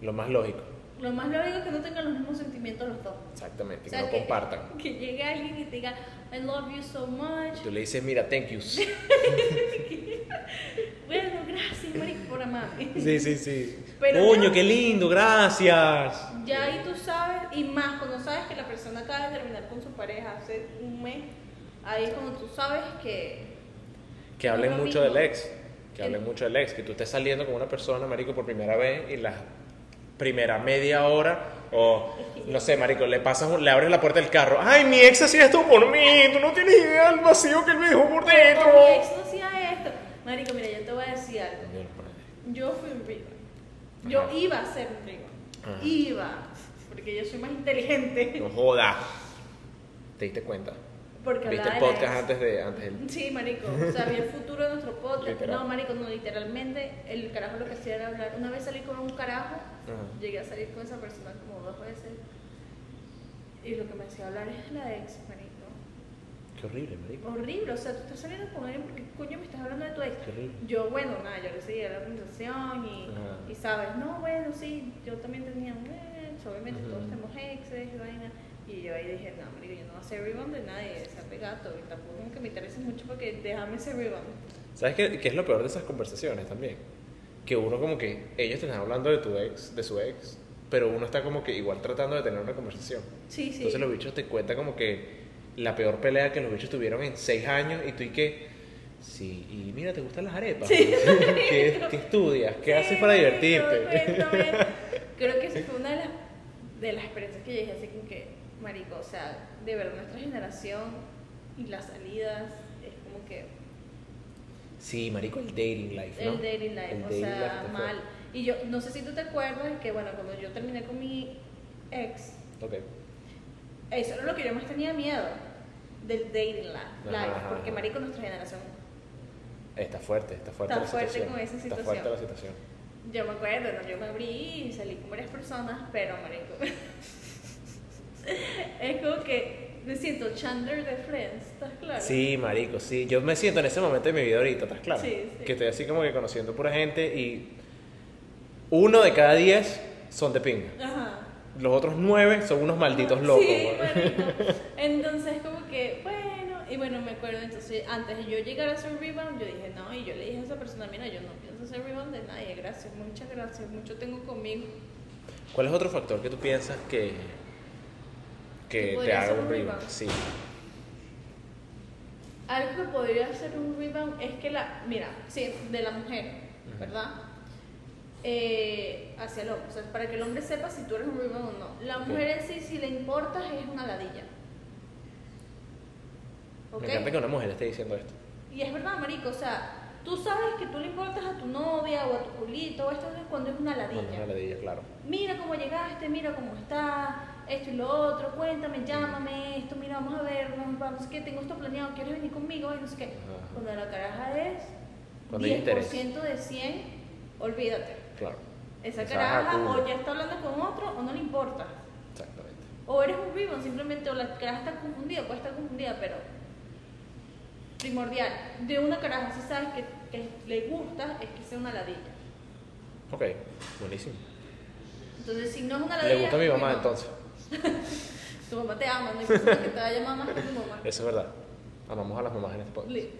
Lo más lógico.
Lo más lógico es que no tengan los mismos sentimientos los dos.
Exactamente.
O sea,
que no compartan.
Que llegue alguien y te diga, I love you so much.
Tú le dices, mira, thank yous.
Bueno, gracias, marico, por amarme.
Sí, sí, sí.
Pero
Coño,
ya-
qué lindo, gracias.
Ya ahí tú sabes, y más cuando sabes que la persona acaba de terminar con su pareja hace un mes, ahí es cuando tú sabes que.
Que hablen
No es lo
mucho
mismo.
del ex. Que
El-
hablen mucho del ex. Que tú estés saliendo con una persona, marico, por primera vez y la primera media hora o no sé, marico, le pasas, un- le abres la puerta del carro. Ay, mi ex hacía esto por mí. Tú no tienes idea del vacío que él me dejó por
"Oh, mi
dentro.
ex no hacía esto. Marico, mira, yo te voy a decir algo. Yo fui un rival. Yo
Ajá.
iba a ser un rival.
Ajá.
Iba. Porque yo soy más inteligente.
No joda. ¿Te diste cuenta?
Porque
¿Viste el
hablaba de la
podcast
ex.
antes de antes del
Sí, marico. O sea, vi el futuro de nuestro podcast.
Literal.
No, marico, no, literalmente. El carajo lo que hacía era hablar. Una vez salí con un carajo,
Ajá.
llegué a salir con esa persona como dos veces. Y lo que me hacía hablar es de la ex, marico.
Qué horrible, marico.
Horrible, o sea, tú estás saliendo con alguien porque coño me estás hablando de tu ex.
Qué horrible.
Yo, bueno, nada, yo le seguía la conversación
Ajá.
y, y sabes, no, bueno, sí, yo también tenía un ex, obviamente
Ujú.
todos tenemos exes y vaina. Y yo ahí dije, no, marico, yo no voy a ser rebound de nadie, se pegato y tampoco como que me interesa mucho porque déjame ser rebound.
¿Sabes qué, qué es lo peor de esas conversaciones también? Que uno como que, ellos te están hablando de tu ex, de su ex, pero uno está como que igual tratando de tener una conversación.
Sí, sí.
Entonces los bichos te cuentan como que la peor pelea que los bichos tuvieron en seis años y tú y que, sí, y mira, ¿te gustan las arepas?
Sí.
¿Qué, qué estudias? ¿Qué haces para
Sí,
divertirte?
no, cuéntame. Creo que esa fue una de las, de las experiencias que yo dije así como que, marico, o sea, de verdad nuestra generación y las salidas es como que
Sí, marico, el dating life, ¿no?
el dating life,
El
o
dating life
sea,
está fuerte.
mal. Y yo, no sé si tú te acuerdas que, bueno, cuando yo terminé con mi ex,
Ok.
eso era lo que yo más tenía miedo, del dating li- life,
ajá,
porque
ajá.
marico, nuestra generación
Está fuerte, está fuerte
Está
la
fuerte
situación.
con esa
Está
situación.
fuerte la situación.
Yo me acuerdo, ¿no? yo me abrí y salí con varias personas, pero marico. es como que me siento Chandler de Friends, ¿estás claro?
Sí, marico, sí. Yo me siento en ese momento de mi vida ahorita, ¿estás claro?
Sí, sí.
Que estoy así como que conociendo pura gente y uno de cada diez son de pinga.
Ajá.
Los otros nueve son unos malditos locos.
Sí,
güey.
marico. Entonces, como que, bueno, y bueno, me acuerdo, entonces, antes de yo llegar a ser rebound, yo dije, no, y yo le dije a esa persona, mira, yo no pienso ser rebound de nadie, gracias, muchas gracias, mucho tengo conmigo.
¿Cuál es otro factor que tú piensas que, que
podría
te haga
ser
un
un
rebound?
rebound.
Sí.
Algo que podría hacer un rebound es que la, mira, sí, de la mujer,
Ujú.
¿verdad? Eh, hacia el hombre, o sea, para que el hombre sepa si tú eres un rebound o no. La
Ok.
mujer en sí, si le importas, es una ladilla. ¿Ok?
Me encanta que una mujer esté diciendo esto.
Y es verdad, marico, o sea, tú sabes que tú le importas a tu novia o a tu culito o esto cuando es una ladilla.
Cuando es una ladilla, claro.
Mira cómo llegaste, mira cómo estás, esto y lo otro, cuéntame, llámame, esto, mira, vamos a vernos, vamos, que tengo esto planeado, ¿quieres venir conmigo? Y no sé qué.
Ajá.
Cuando la caraja es
Cuando hay
10%
interés.
de 100, olvídate.
Claro.
Esa
Esa
caraja
baja tú.
o ya está hablando con otro o no le importa.
Exactamente.
O eres un ribbon, simplemente, o la caraja está confundida, puede estar confundida, pero primordial. De una caraja, si sabes que, que le gusta, es que sea una ladilla.
Ok, buenísimo.
Entonces, si no es una ladilla.
Le gusta a mi
es
mamá
ribbon.
entonces.
Tu mamá te ama, no hay persona que te va a llamar más que tu mamá.
Eso es verdad. Amamos a las mamás en este podcast.
Li-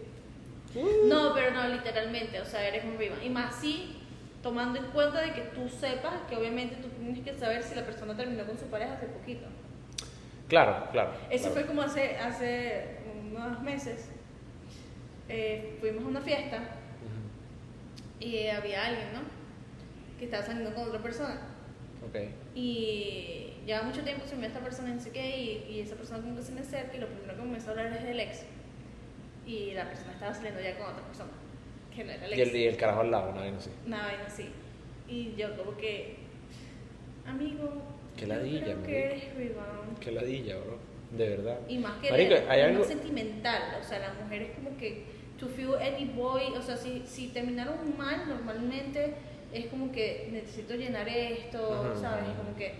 No, pero no, literalmente, o sea, eres un rival. Y más si, tomando en cuenta de que tú sepas que obviamente tú tienes que saber si la persona terminó con su pareja hace poquito.
Claro, claro.
Eso
claro.
fue como hace, hace unos meses. Eh, fuimos a una fiesta
Ujú.
y había alguien, ¿no? Que estaba saliendo con otra persona.
Ok.
Y lleva mucho tiempo sin ver a esta persona, y no sé qué, y, y esa persona como que se me acerca y lo primero que comienza a hablar es del ex. Y la persona estaba saliendo ya con otra persona, que no era el ex.
Y el, y el carajo al lado, una vez así.
Una vaina así. Y yo como que, amigo,
Qué
yo
ladilla,
creo que
marico.
eres rebound.
Qué ladilla, bro. De verdad.
Y más que
Marico,
de-
hay
más
algo-
sentimental, o sea, la mujer es como que, to feel any boy, o sea, si, si terminaron mal, normalmente es como que necesito llenar esto,
Ajá.
¿sabes? Como que,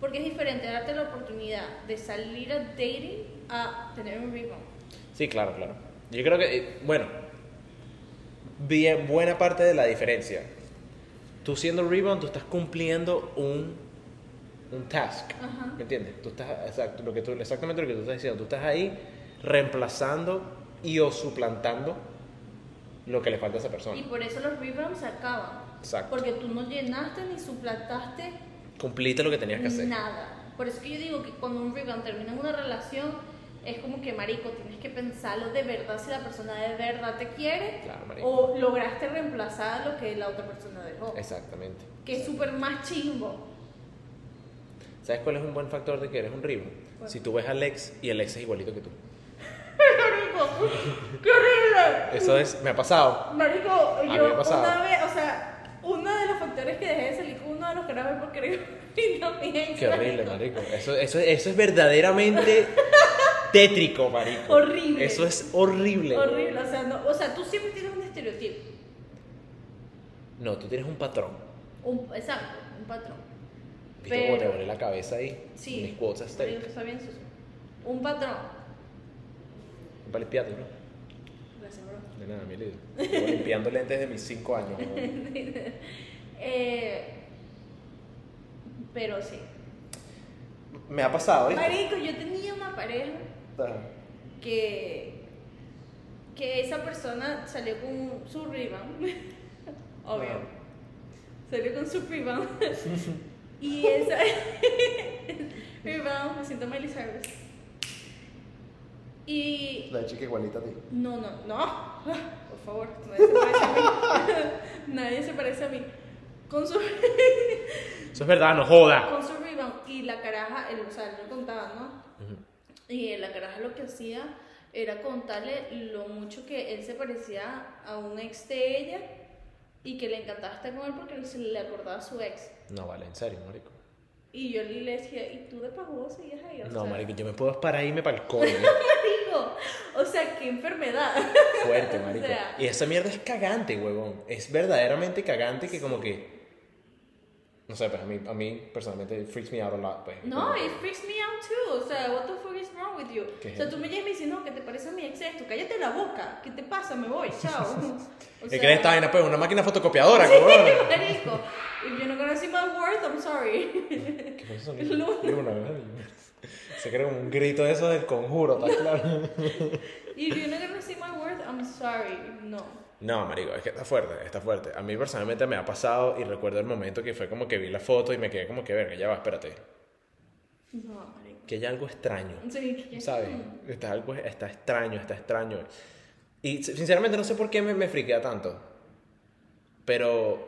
porque es diferente darte la oportunidad de salir a dating a tener un rebound.
Sí, claro, claro. Yo creo que, eh, bueno, bien, buena parte de la diferencia. Tú siendo rebound, tú estás cumpliendo un, un task.
Ajá.
¿Me entiendes? Tú estás, exacto, lo que tú, exactamente lo que tú estás diciendo. Tú estás ahí reemplazando y o suplantando lo que le falta a esa persona.
Y por eso los rebounds se acaban.
Exacto.
Porque tú no llenaste ni suplantaste
Cumpliste lo que tenías que hacer.
nada. Por eso que yo digo que cuando un rebound termina en una relación, es como que, marico, tienes que pensarlo de verdad si la persona de verdad te quiere
Claro, marico.
o lograste reemplazar lo que la otra persona dejó.
Exactamente.
Que es súper más chimbo.
¿Sabes cuál es un buen factor de que eres un rebound?
¿Cuál?
Si tú ves al ex y el ex es igualito que tú.
¡Marico! ¡Qué horrible!
Eso es, me ha pasado.
Marico,
mí
yo
me ha pasado.
una vez, o sea, uno de los factores que dejé de salir con uno de los carajos es porque era y también.
Qué horrible, marico. Eso, eso, eso es verdaderamente tétrico, marico.
Horrible.
Eso es horrible.
Horrible, o sea, no- o sea, tú siempre tienes un estereotipo.
No, tú tienes un patrón.
Un, exacto, un patrón.
¿Viste cómo te
Pero-
volé la cabeza ahí?
Sí.
Mis cuotas
Marico,
steak.
pues, está bien sucio. Un patrón.
Un pa' limpiarte, ¿no?
Gracias, bro.
De nada, mi líder. Llevo limpiando lentes de mis 5 años. ¿no?
Eh, pero sí.
Me ha pasado, ¿viste?
Marico, yo tenía una pareja
Ajá.
que. que esa persona salió con su rebound. Obvio. Salió con su rebound. y esa. rebound, me siento Miley Cyrus. Y
La chica igualita a ti.
No, no, no. Por favor, nadie se parece a mí. nadie se parece a mí. Con su,
Eso es verdad, no joda.
con su rebound y la caraja, el, o sea, él lo contaba, ¿no?
Ujú.
Y la caraja lo que hacía era contarle lo mucho que él se parecía a un ex de ella y que le encantaba estar con él porque se le acordaba a su ex.
No, vale, en serio, marico.
Y yo le decía, ¿y tú de pavo seguías ahí? O
No,
sea,
marico, yo me puedo parar y irme para el coño.
marico, O sea, qué enfermedad.
Fuerte, marico.
O sea-
y esa mierda es cagante, huevón. Es verdaderamente cagante que como que... No sé, pues a mí, a mí personalmente freaks me out a lot, pues.
No,
Como que-
it freaks me out too. O sea, what the fuck is wrong with you?
¿Qué?
O sea, tú me llamas y me dices, no, que te parece a mi ex esto. Cállate la boca. ¿Qué te pasa? Me voy. Chao. O
¿Qué
sea,
crees esta vaina? Pues una máquina fotocopiadora, cabrón.
marico, if you're not gonna see my worth, I'm sorry.
¿Qué fue ese
Luna.
sonido? Luna, ¿verdad? Se cree como un grito de eso del conjuro, ¿está claro?
if you're not gonna see my worth, I'm sorry. No.
No, marico, es que está fuerte, está fuerte. A mí personalmente me ha pasado y recuerdo el momento que fue como que vi la foto y me quedé como que, verga, ya va, espérate.
No, marico.
que hay algo extraño.
Sí, que-
¿Sabes? Está, algo, está extraño, está extraño. Y si- sinceramente no sé por qué me, me friquea tanto. Pero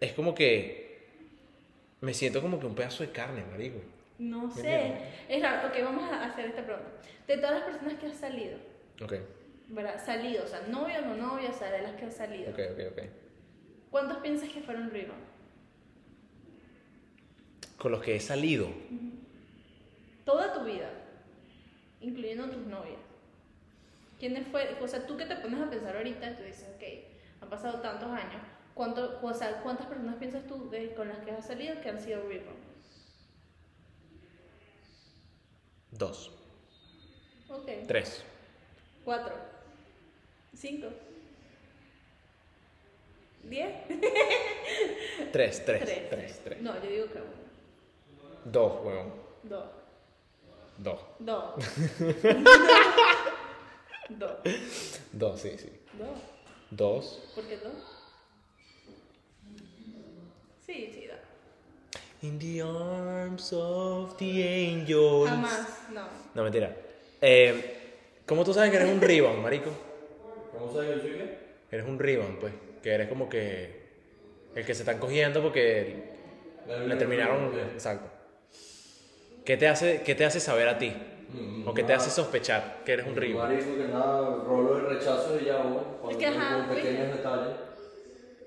es como que me siento como que un pedazo de carne, marico.
No
entiendes?
sé. Es raro. Ok, vamos a hacer esta pregunta. De todas las personas que has salido,
Ok,
¿verdad? Salido, o sea, novio, no novio, o sea, de las que has salido.
ok, ok, ok.
¿Cuántos piensas que fueron rebound?
Con los que he salido,
Toda tu vida, incluyendo tus novias. ¿Quiénes fue? O sea, tú que te pones a pensar ahorita, tú dices, ok, han pasado tantos años. ¿Cuánto, o sea, ¿Cuántas personas piensas tú de- con las que has salido que han sido rebound?
dos,
Ok.
tres.
Cuatro. Cinco. Diez.
Tres, tres, tres, tres.
No, yo digo que uno.
Dos, huevón.
Dos.
Dos.
Dos. dos.
Dos, sí, sí.
Dos.
Dos.
¿Por qué dos? Sí, sí, dos.
In the arms of the angels.
Jamás, no.
No, mentira. Eh, ¿Cómo tú sabes que eres un rebound, marico?
¿Cómo sabes que yo soy qué?
Eres un rebound, pues. Que eres como que. El que se están cogiendo porque le terminaron. Exacto. ¿Qué te, hace, ¿Qué te hace saber a ti?
Mm,
¿O qué te
nada.
hace sospechar que eres un rebound?
Marico, que nada, rolo de rechazo y ya, bueno, cuando
Es que, ajá,
con
¿viste?
pequeños detalles.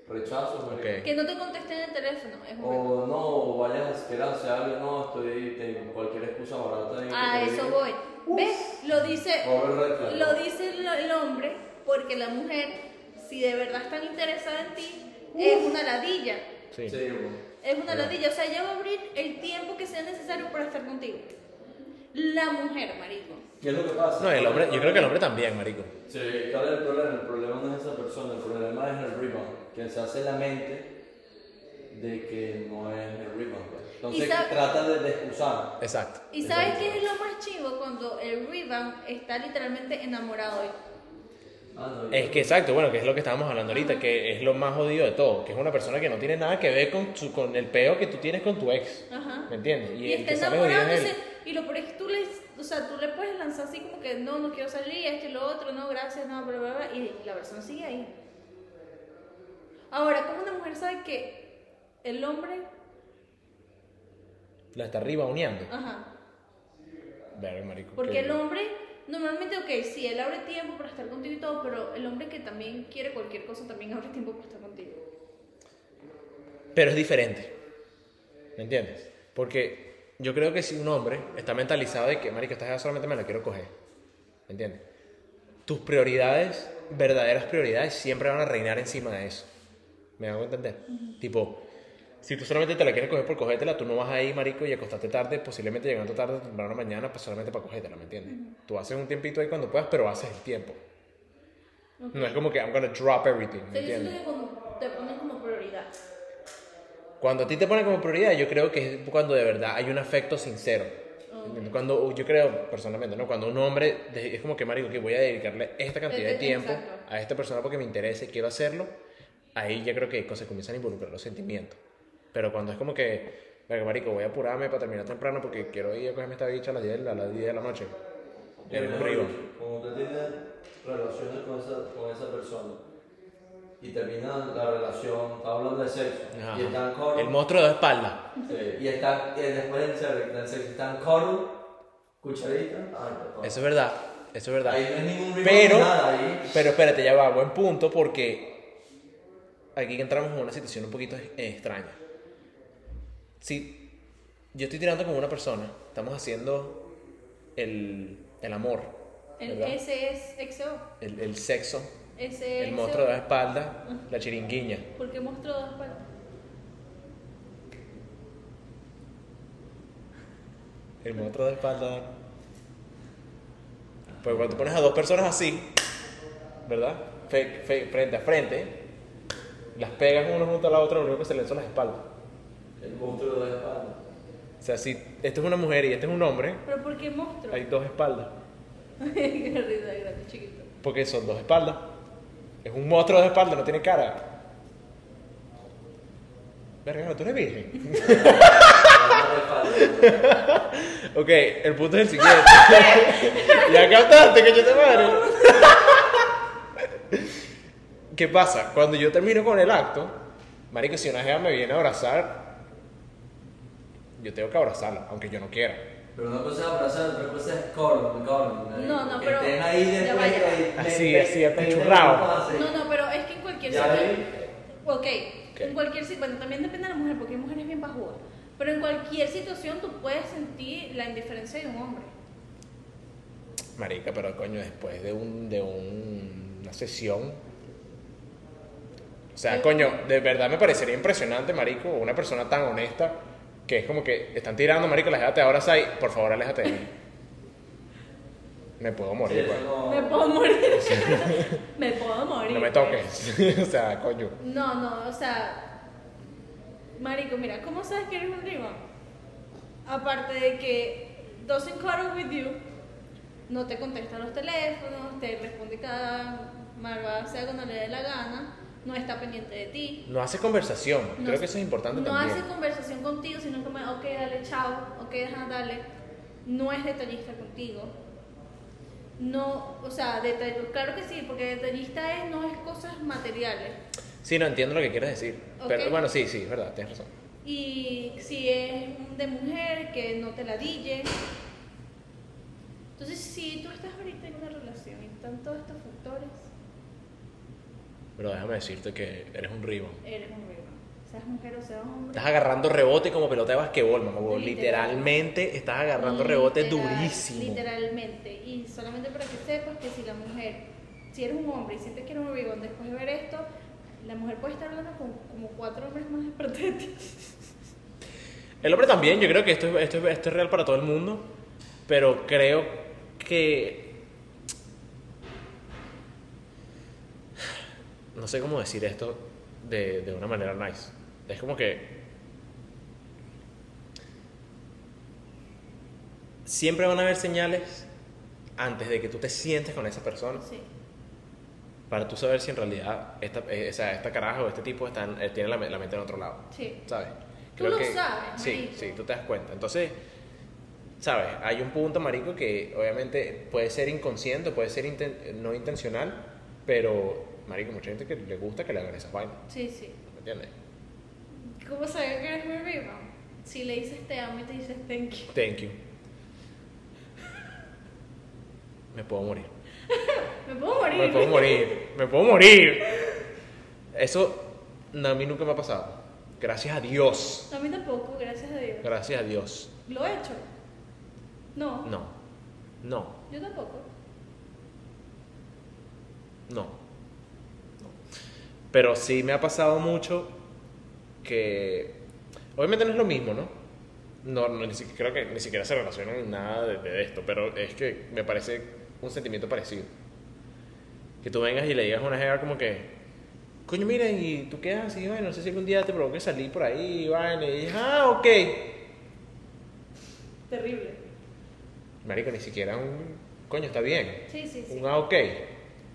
Rechazo, marico.
Ok.
Que no te contesten el teléfono, es un
O no, o vayas a esperarse algo, no, estoy, tengo cualquier excusa barata. y
A
que te
Ah, eso
digan.
voy. ¿Ves? Lo dice,
Rolo de rechazo.
lo dice el, el hombre porque la mujer, si de verdad está interesada en ti, es una ladilla.
Sí.
Sí, bueno.
Es una ladilla, o sea, ella va a abrir el tiempo que sea necesario para estar contigo. La mujer, marico.
¿Qué es lo que pasa?
No, el hombre. Yo creo que el hombre también, marico.
Sí, ¿cuál es el problema? El problema no es esa persona, el problema es el rebound, que se hace la mente de que no es el rebound. pues. Entonces
sabe-
trata de, de excusar. Ah,
Exacto.
¿Y sabes qué es lo más chingo cuando el rebound está literalmente enamorado de
Ah, no,
Es que exacto, bueno, que es lo que estábamos hablando ahorita, que es lo más jodido de todo, que es una persona que no tiene nada que ver con, su- con el peo que tú tienes con tu ex.
Ajá.
¿Me entiendes?
Y,
el
está
que sale jodido
enamorado,
es él.
entonces, y lo peor es que tú le, o sea, tú le puedes lanzar así como que no, no quiero salir, esto y lo otro, no, gracias, no, bla, bla, bla, y la persona sigue ahí. Ahora, ¿cómo una mujer sabe que el hombre,
La está arriba uneando.
ajá,
Verga, marico.
Porque
qué-
el hombre, normalmente, ok, sí, él abre tiempo para estar contigo y todo, pero el hombre que también quiere cualquier cosa también abre tiempo para estar contigo.
Pero es diferente. ¿Me entiendes? Porque yo creo que si un hombre está mentalizado de que, marico, esta jeva solamente me la quiero coger. ¿Me entiendes? Tus prioridades, verdaderas prioridades, siempre van a reinar encima de eso. ¿Me hago entender? Tipo, si tú solamente te la quieres coger por cogértela, tú no vas ahí, marico, y acostarte tarde, posiblemente llegando tarde, temprano mañana, pues solamente para cogértela, ¿me entiendes? Tú haces un tiempito ahí cuando puedas, pero haces el tiempo.
Ok.
No es como que I'm gonna drop everything,
O
¿me
sea, yo siento
entiendes?
que cuando te ponen como prioridad.
Cuando a ti te ponen como prioridad, yo creo que es cuando de verdad hay un afecto sincero. Cuando yo creo, personalmente, ¿no? Cuando un hombre de- es como que, marico, que voy a dedicarle esta cantidad de
Este-
tiempo
exacto.
a esta persona porque me interesa y quiero hacerlo, ahí ya creo que co- se comienzan a involucrar los sentimientos. Pero cuando es como que, verga, marico, voy a apurarme para terminar temprano porque quiero ir a cogerme esta bicha a las 10, de la- a las 10 de la noche.
Como
Ya
te
me
digo,
arriba.
Como usted tiene relaciones con esa, con esa persona y termina la relación, está hablando de sexo
Ajá.
y están cuddle,
El monstruo de dos espaldas.
sí, y, están, y después del sexo, del sexo están cuddle, cucharita, ay, por favor.
Eso es verdad, eso es verdad.
Ahí no hay ningún rebound
Pero,
ni nada ahí.
pero espérate, ya va, buen punto, porque aquí entramos en una situación un poquito eh, extraña. Si yo estoy tirando con una persona, estamos haciendo el, el amor,
El,
¿verdad?
ese es XO.
El, el sexo,
Ese es
el
XO.
monstruo de la espalda, la chiringuiña.
¿Por qué monstruo de dos patas?
El monstruo de la espalda. Pues cuando tú pones a dos personas así, ¿verdad? Fe- fe- frente a frente, las pegas uno junto a la otra, lo único que se le hizo las espaldas.
El monstruo de la espalda.
O sea, si esta es una mujer y este es un hombre,
¿Pero por qué monstruo?
hay dos espaldas.
qué risa, grande, chiquito.
Porque son dos espaldas. Es un monstruo de espaldas, no tiene cara. Verga, no, tú eres virgen. Ok, el punto es el siguiente. ya captaste que yo te madre. ¿Qué pasa? Cuando yo termino con el acto, marico, si una jeva me viene a abrazar, yo tengo que abrazarla, aunque yo no quiera.
Pero una cosa es abrazar, otra cosa es corn, corn.
No, no,
que
pero-
Estén ahí
ya
después.
va, ya va.
ahí,
Así,
ven,
así,
ven,
apachurrado.
ven cómo hace.
No, no, pero es que en cualquier
Ya
sitio.
ven.
Ok, en cualquier sitio. Bueno, también depende de la mujer, porque hay mujeres bien bajudas. Pero en cualquier situación tú puedes sentir la indiferencia de un hombre.
Marica, pero coño, después de, un, de un- una sesión. O sea, coño, de verdad me parecería impresionante, marico, una persona tan honesta que es como que están tirando, marico, la jeva te abraza y por favor, aléjate de mí. Me puedo
Sí,
morir,
eso
pues.
no-
Me puedo morir. me puedo morir.
No me toques. o sea, coño.
No, no, o sea, Marico, mira, ¿cómo sabes que eres un diva? Aparte de que doesn't cuddle with you, no te contesta los teléfonos, te responde cada malvada sea cuando le dé la gana, no está pendiente de ti.
No hace conversación.
no
Creo
hace-
que eso es importante
no
también.
hace conversación contigo, sino como, ok, dale, chao, ok, deja, dale. No es detallista contigo. No, o sea, detall- claro que sí, porque detallista es, no es cosas materiales.
Sí, no entiendo lo que quieres decir.
Ok.
Pero bueno, sí, sí, es verdad, tienes razón.
Y si es de mujer, que no te la dille. Entonces, si tú estás ahorita en una relación y están todos estos factores,
Pero déjame decirte que eres un ribón.
eres un reba. Seas mujer o seas hombre.
Estás agarrando rebote como pelota de basquetbol, mamá. huevo.
Literal.
Literalmente estás agarrando rebote
Literal-
durísimo.
Literalmente. Y solamente para que sepas que si la mujer, si eres un hombre y sientes que eres un bribón después de ver esto, la mujer puede estar hablando con como cuatro hombres más aparte de ti.
El hombre también, yo creo que esto, es- esto, es- esto es real para todo el mundo. Pero creo que. No sé cómo decir esto de, de una manera nice. Es como que. Siempre van a haber señales antes de que tú te sientes con esa persona.
Sí.
Para tú saber si en realidad esta, eh, o sea, esta caraja o este tipo está en- eh, tiene la, me- la mente en otro lado.
Sí.
¿Sabes?
Tú lo sabes,
Sí,
marico.
sí, tú te das cuenta. Entonces, ¿sabes? Hay un punto, marico, que obviamente puede ser inconsciente, puede ser inten- no intencional, pero, marico, mucha gente que le gusta que le hagan esas vainas.
Sí, sí.
¿Me entiendes?
¿Cómo sabes que eres un rebound? Si le dices te amo y te dices thank you.
Thank you. Me puedo morir.
Me puedo morir.
Me puedo morir. Me puedo morir. Eso no, a mí nunca me ha pasado. Gracias a Dios.
A mí tampoco, gracias a Dios.
Gracias a Dios.
¿Lo he hecho? No,
No. No.
yo tampoco.
No. Pero sí me ha pasado mucho que. Obviamente no es lo mismo, ¿no? No, no, ni siquiera, creo que ni siquiera se relaciona en nada de, de esto, pero es que me parece un sentimiento parecido. Que tú vengas y le digas a una jeva como que. Coño, miren, y tú quedas así, bueno, no sé si algún día te provoque salir por ahí, vaina, y ah, ok.
Terrible.
Marico, ni siquiera un. Coño, está bien.
Sí, sí, sí.
Un ah, ok.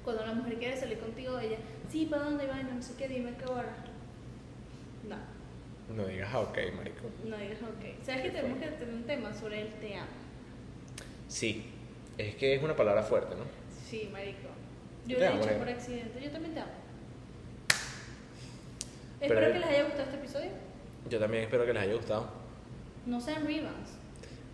Cuando la mujer quiere salir contigo, ella, sí, ¿para dónde va? No sé qué, dime qué hora. No,
No digas ah, ok, marico.
no digas ok. ¿Sabes que tenemos que tener un tema sobre el te amo?
Sí, es que es una palabra fuerte, ¿no?
Sí, marico. Yo
Te
lo he
amo,
dicho
nena.
por accidente, yo también te amo.
Pero-
Espero que les haya gustado este episodio.
Yo también espero que les haya gustado.
No sean rebounds.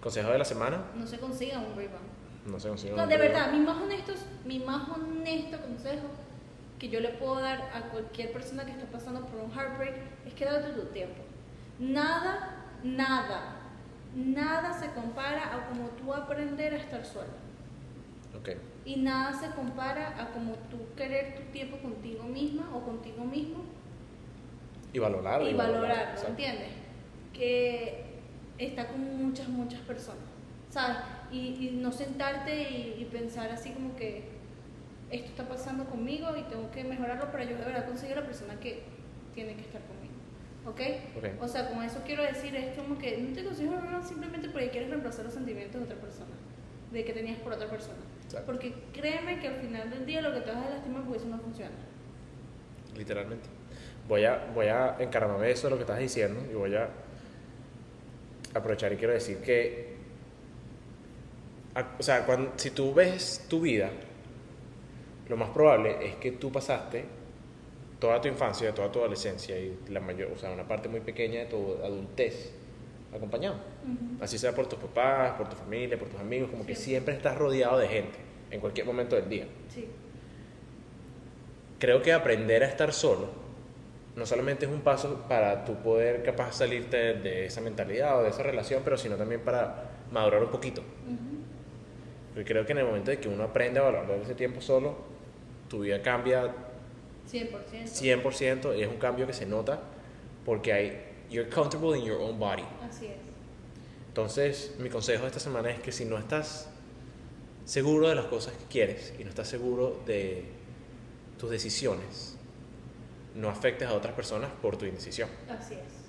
Consejo de la semana,
no se consiga un rebound.
no sé consigo.
No, de verdad, mi más honesto, mi más honesto consejo que yo le puedo dar a cualquier persona que está pasando por un heartbreak es que date tu tiempo. Nada, nada, nada se compara a como tú aprender a estar sola.
Ok,
Y nada se compara a como tú querer tu tiempo contigo misma o contigo mismo
y valorar.
y valorarlo,
exacto.
¿entiendes? Que está con muchas, muchas personas, ¿sabes? Y, y no sentarte y, y pensar así como que esto está pasando conmigo y tengo que mejorarlo para yo de verdad conseguir la persona que tiene que estar conmigo, ¿ok?
Ok.
O sea, con eso quiero decir, es como que no te consigues un problema simplemente porque quieres reemplazar los sentimientos de otra persona, de que tenías por otra persona.
Exacto.
Porque créeme que al final del día lo que te vas a lastimar, pues eso no funciona.
Literalmente. Voy a, voy a encaramarme de eso de lo que estás diciendo y voy a aprovechar y quiero decir que, a- o sea, cuando, si tú ves tu vida, lo más probable es que tú pasaste toda tu infancia, toda tu adolescencia y la mayor, o sea, una parte muy pequeña de tu adultez acompañado. Así sea por tus papás, por tu familia, por tus amigos, como que
Siempre.
siempre estás rodeado de gente en cualquier momento del día.
Sí.
Creo que aprender a estar solo no solamente es un paso para tú poder capaz salirte de esa mentalidad o de esa relación, pero sino también para madurar un poquito.
Ujú.
Porque creo que en el momento de que uno aprende a valorar ese tiempo solo, tu vida cambia
100%.
100% y es un cambio que se nota porque hay you're comfortable in your own body.
Así es.
Entonces, mi consejo esta semana es que si no estás seguro de las cosas que quieres y no estás seguro de tus decisiones, no afectes a otras personas por tu indecisión.
Así es.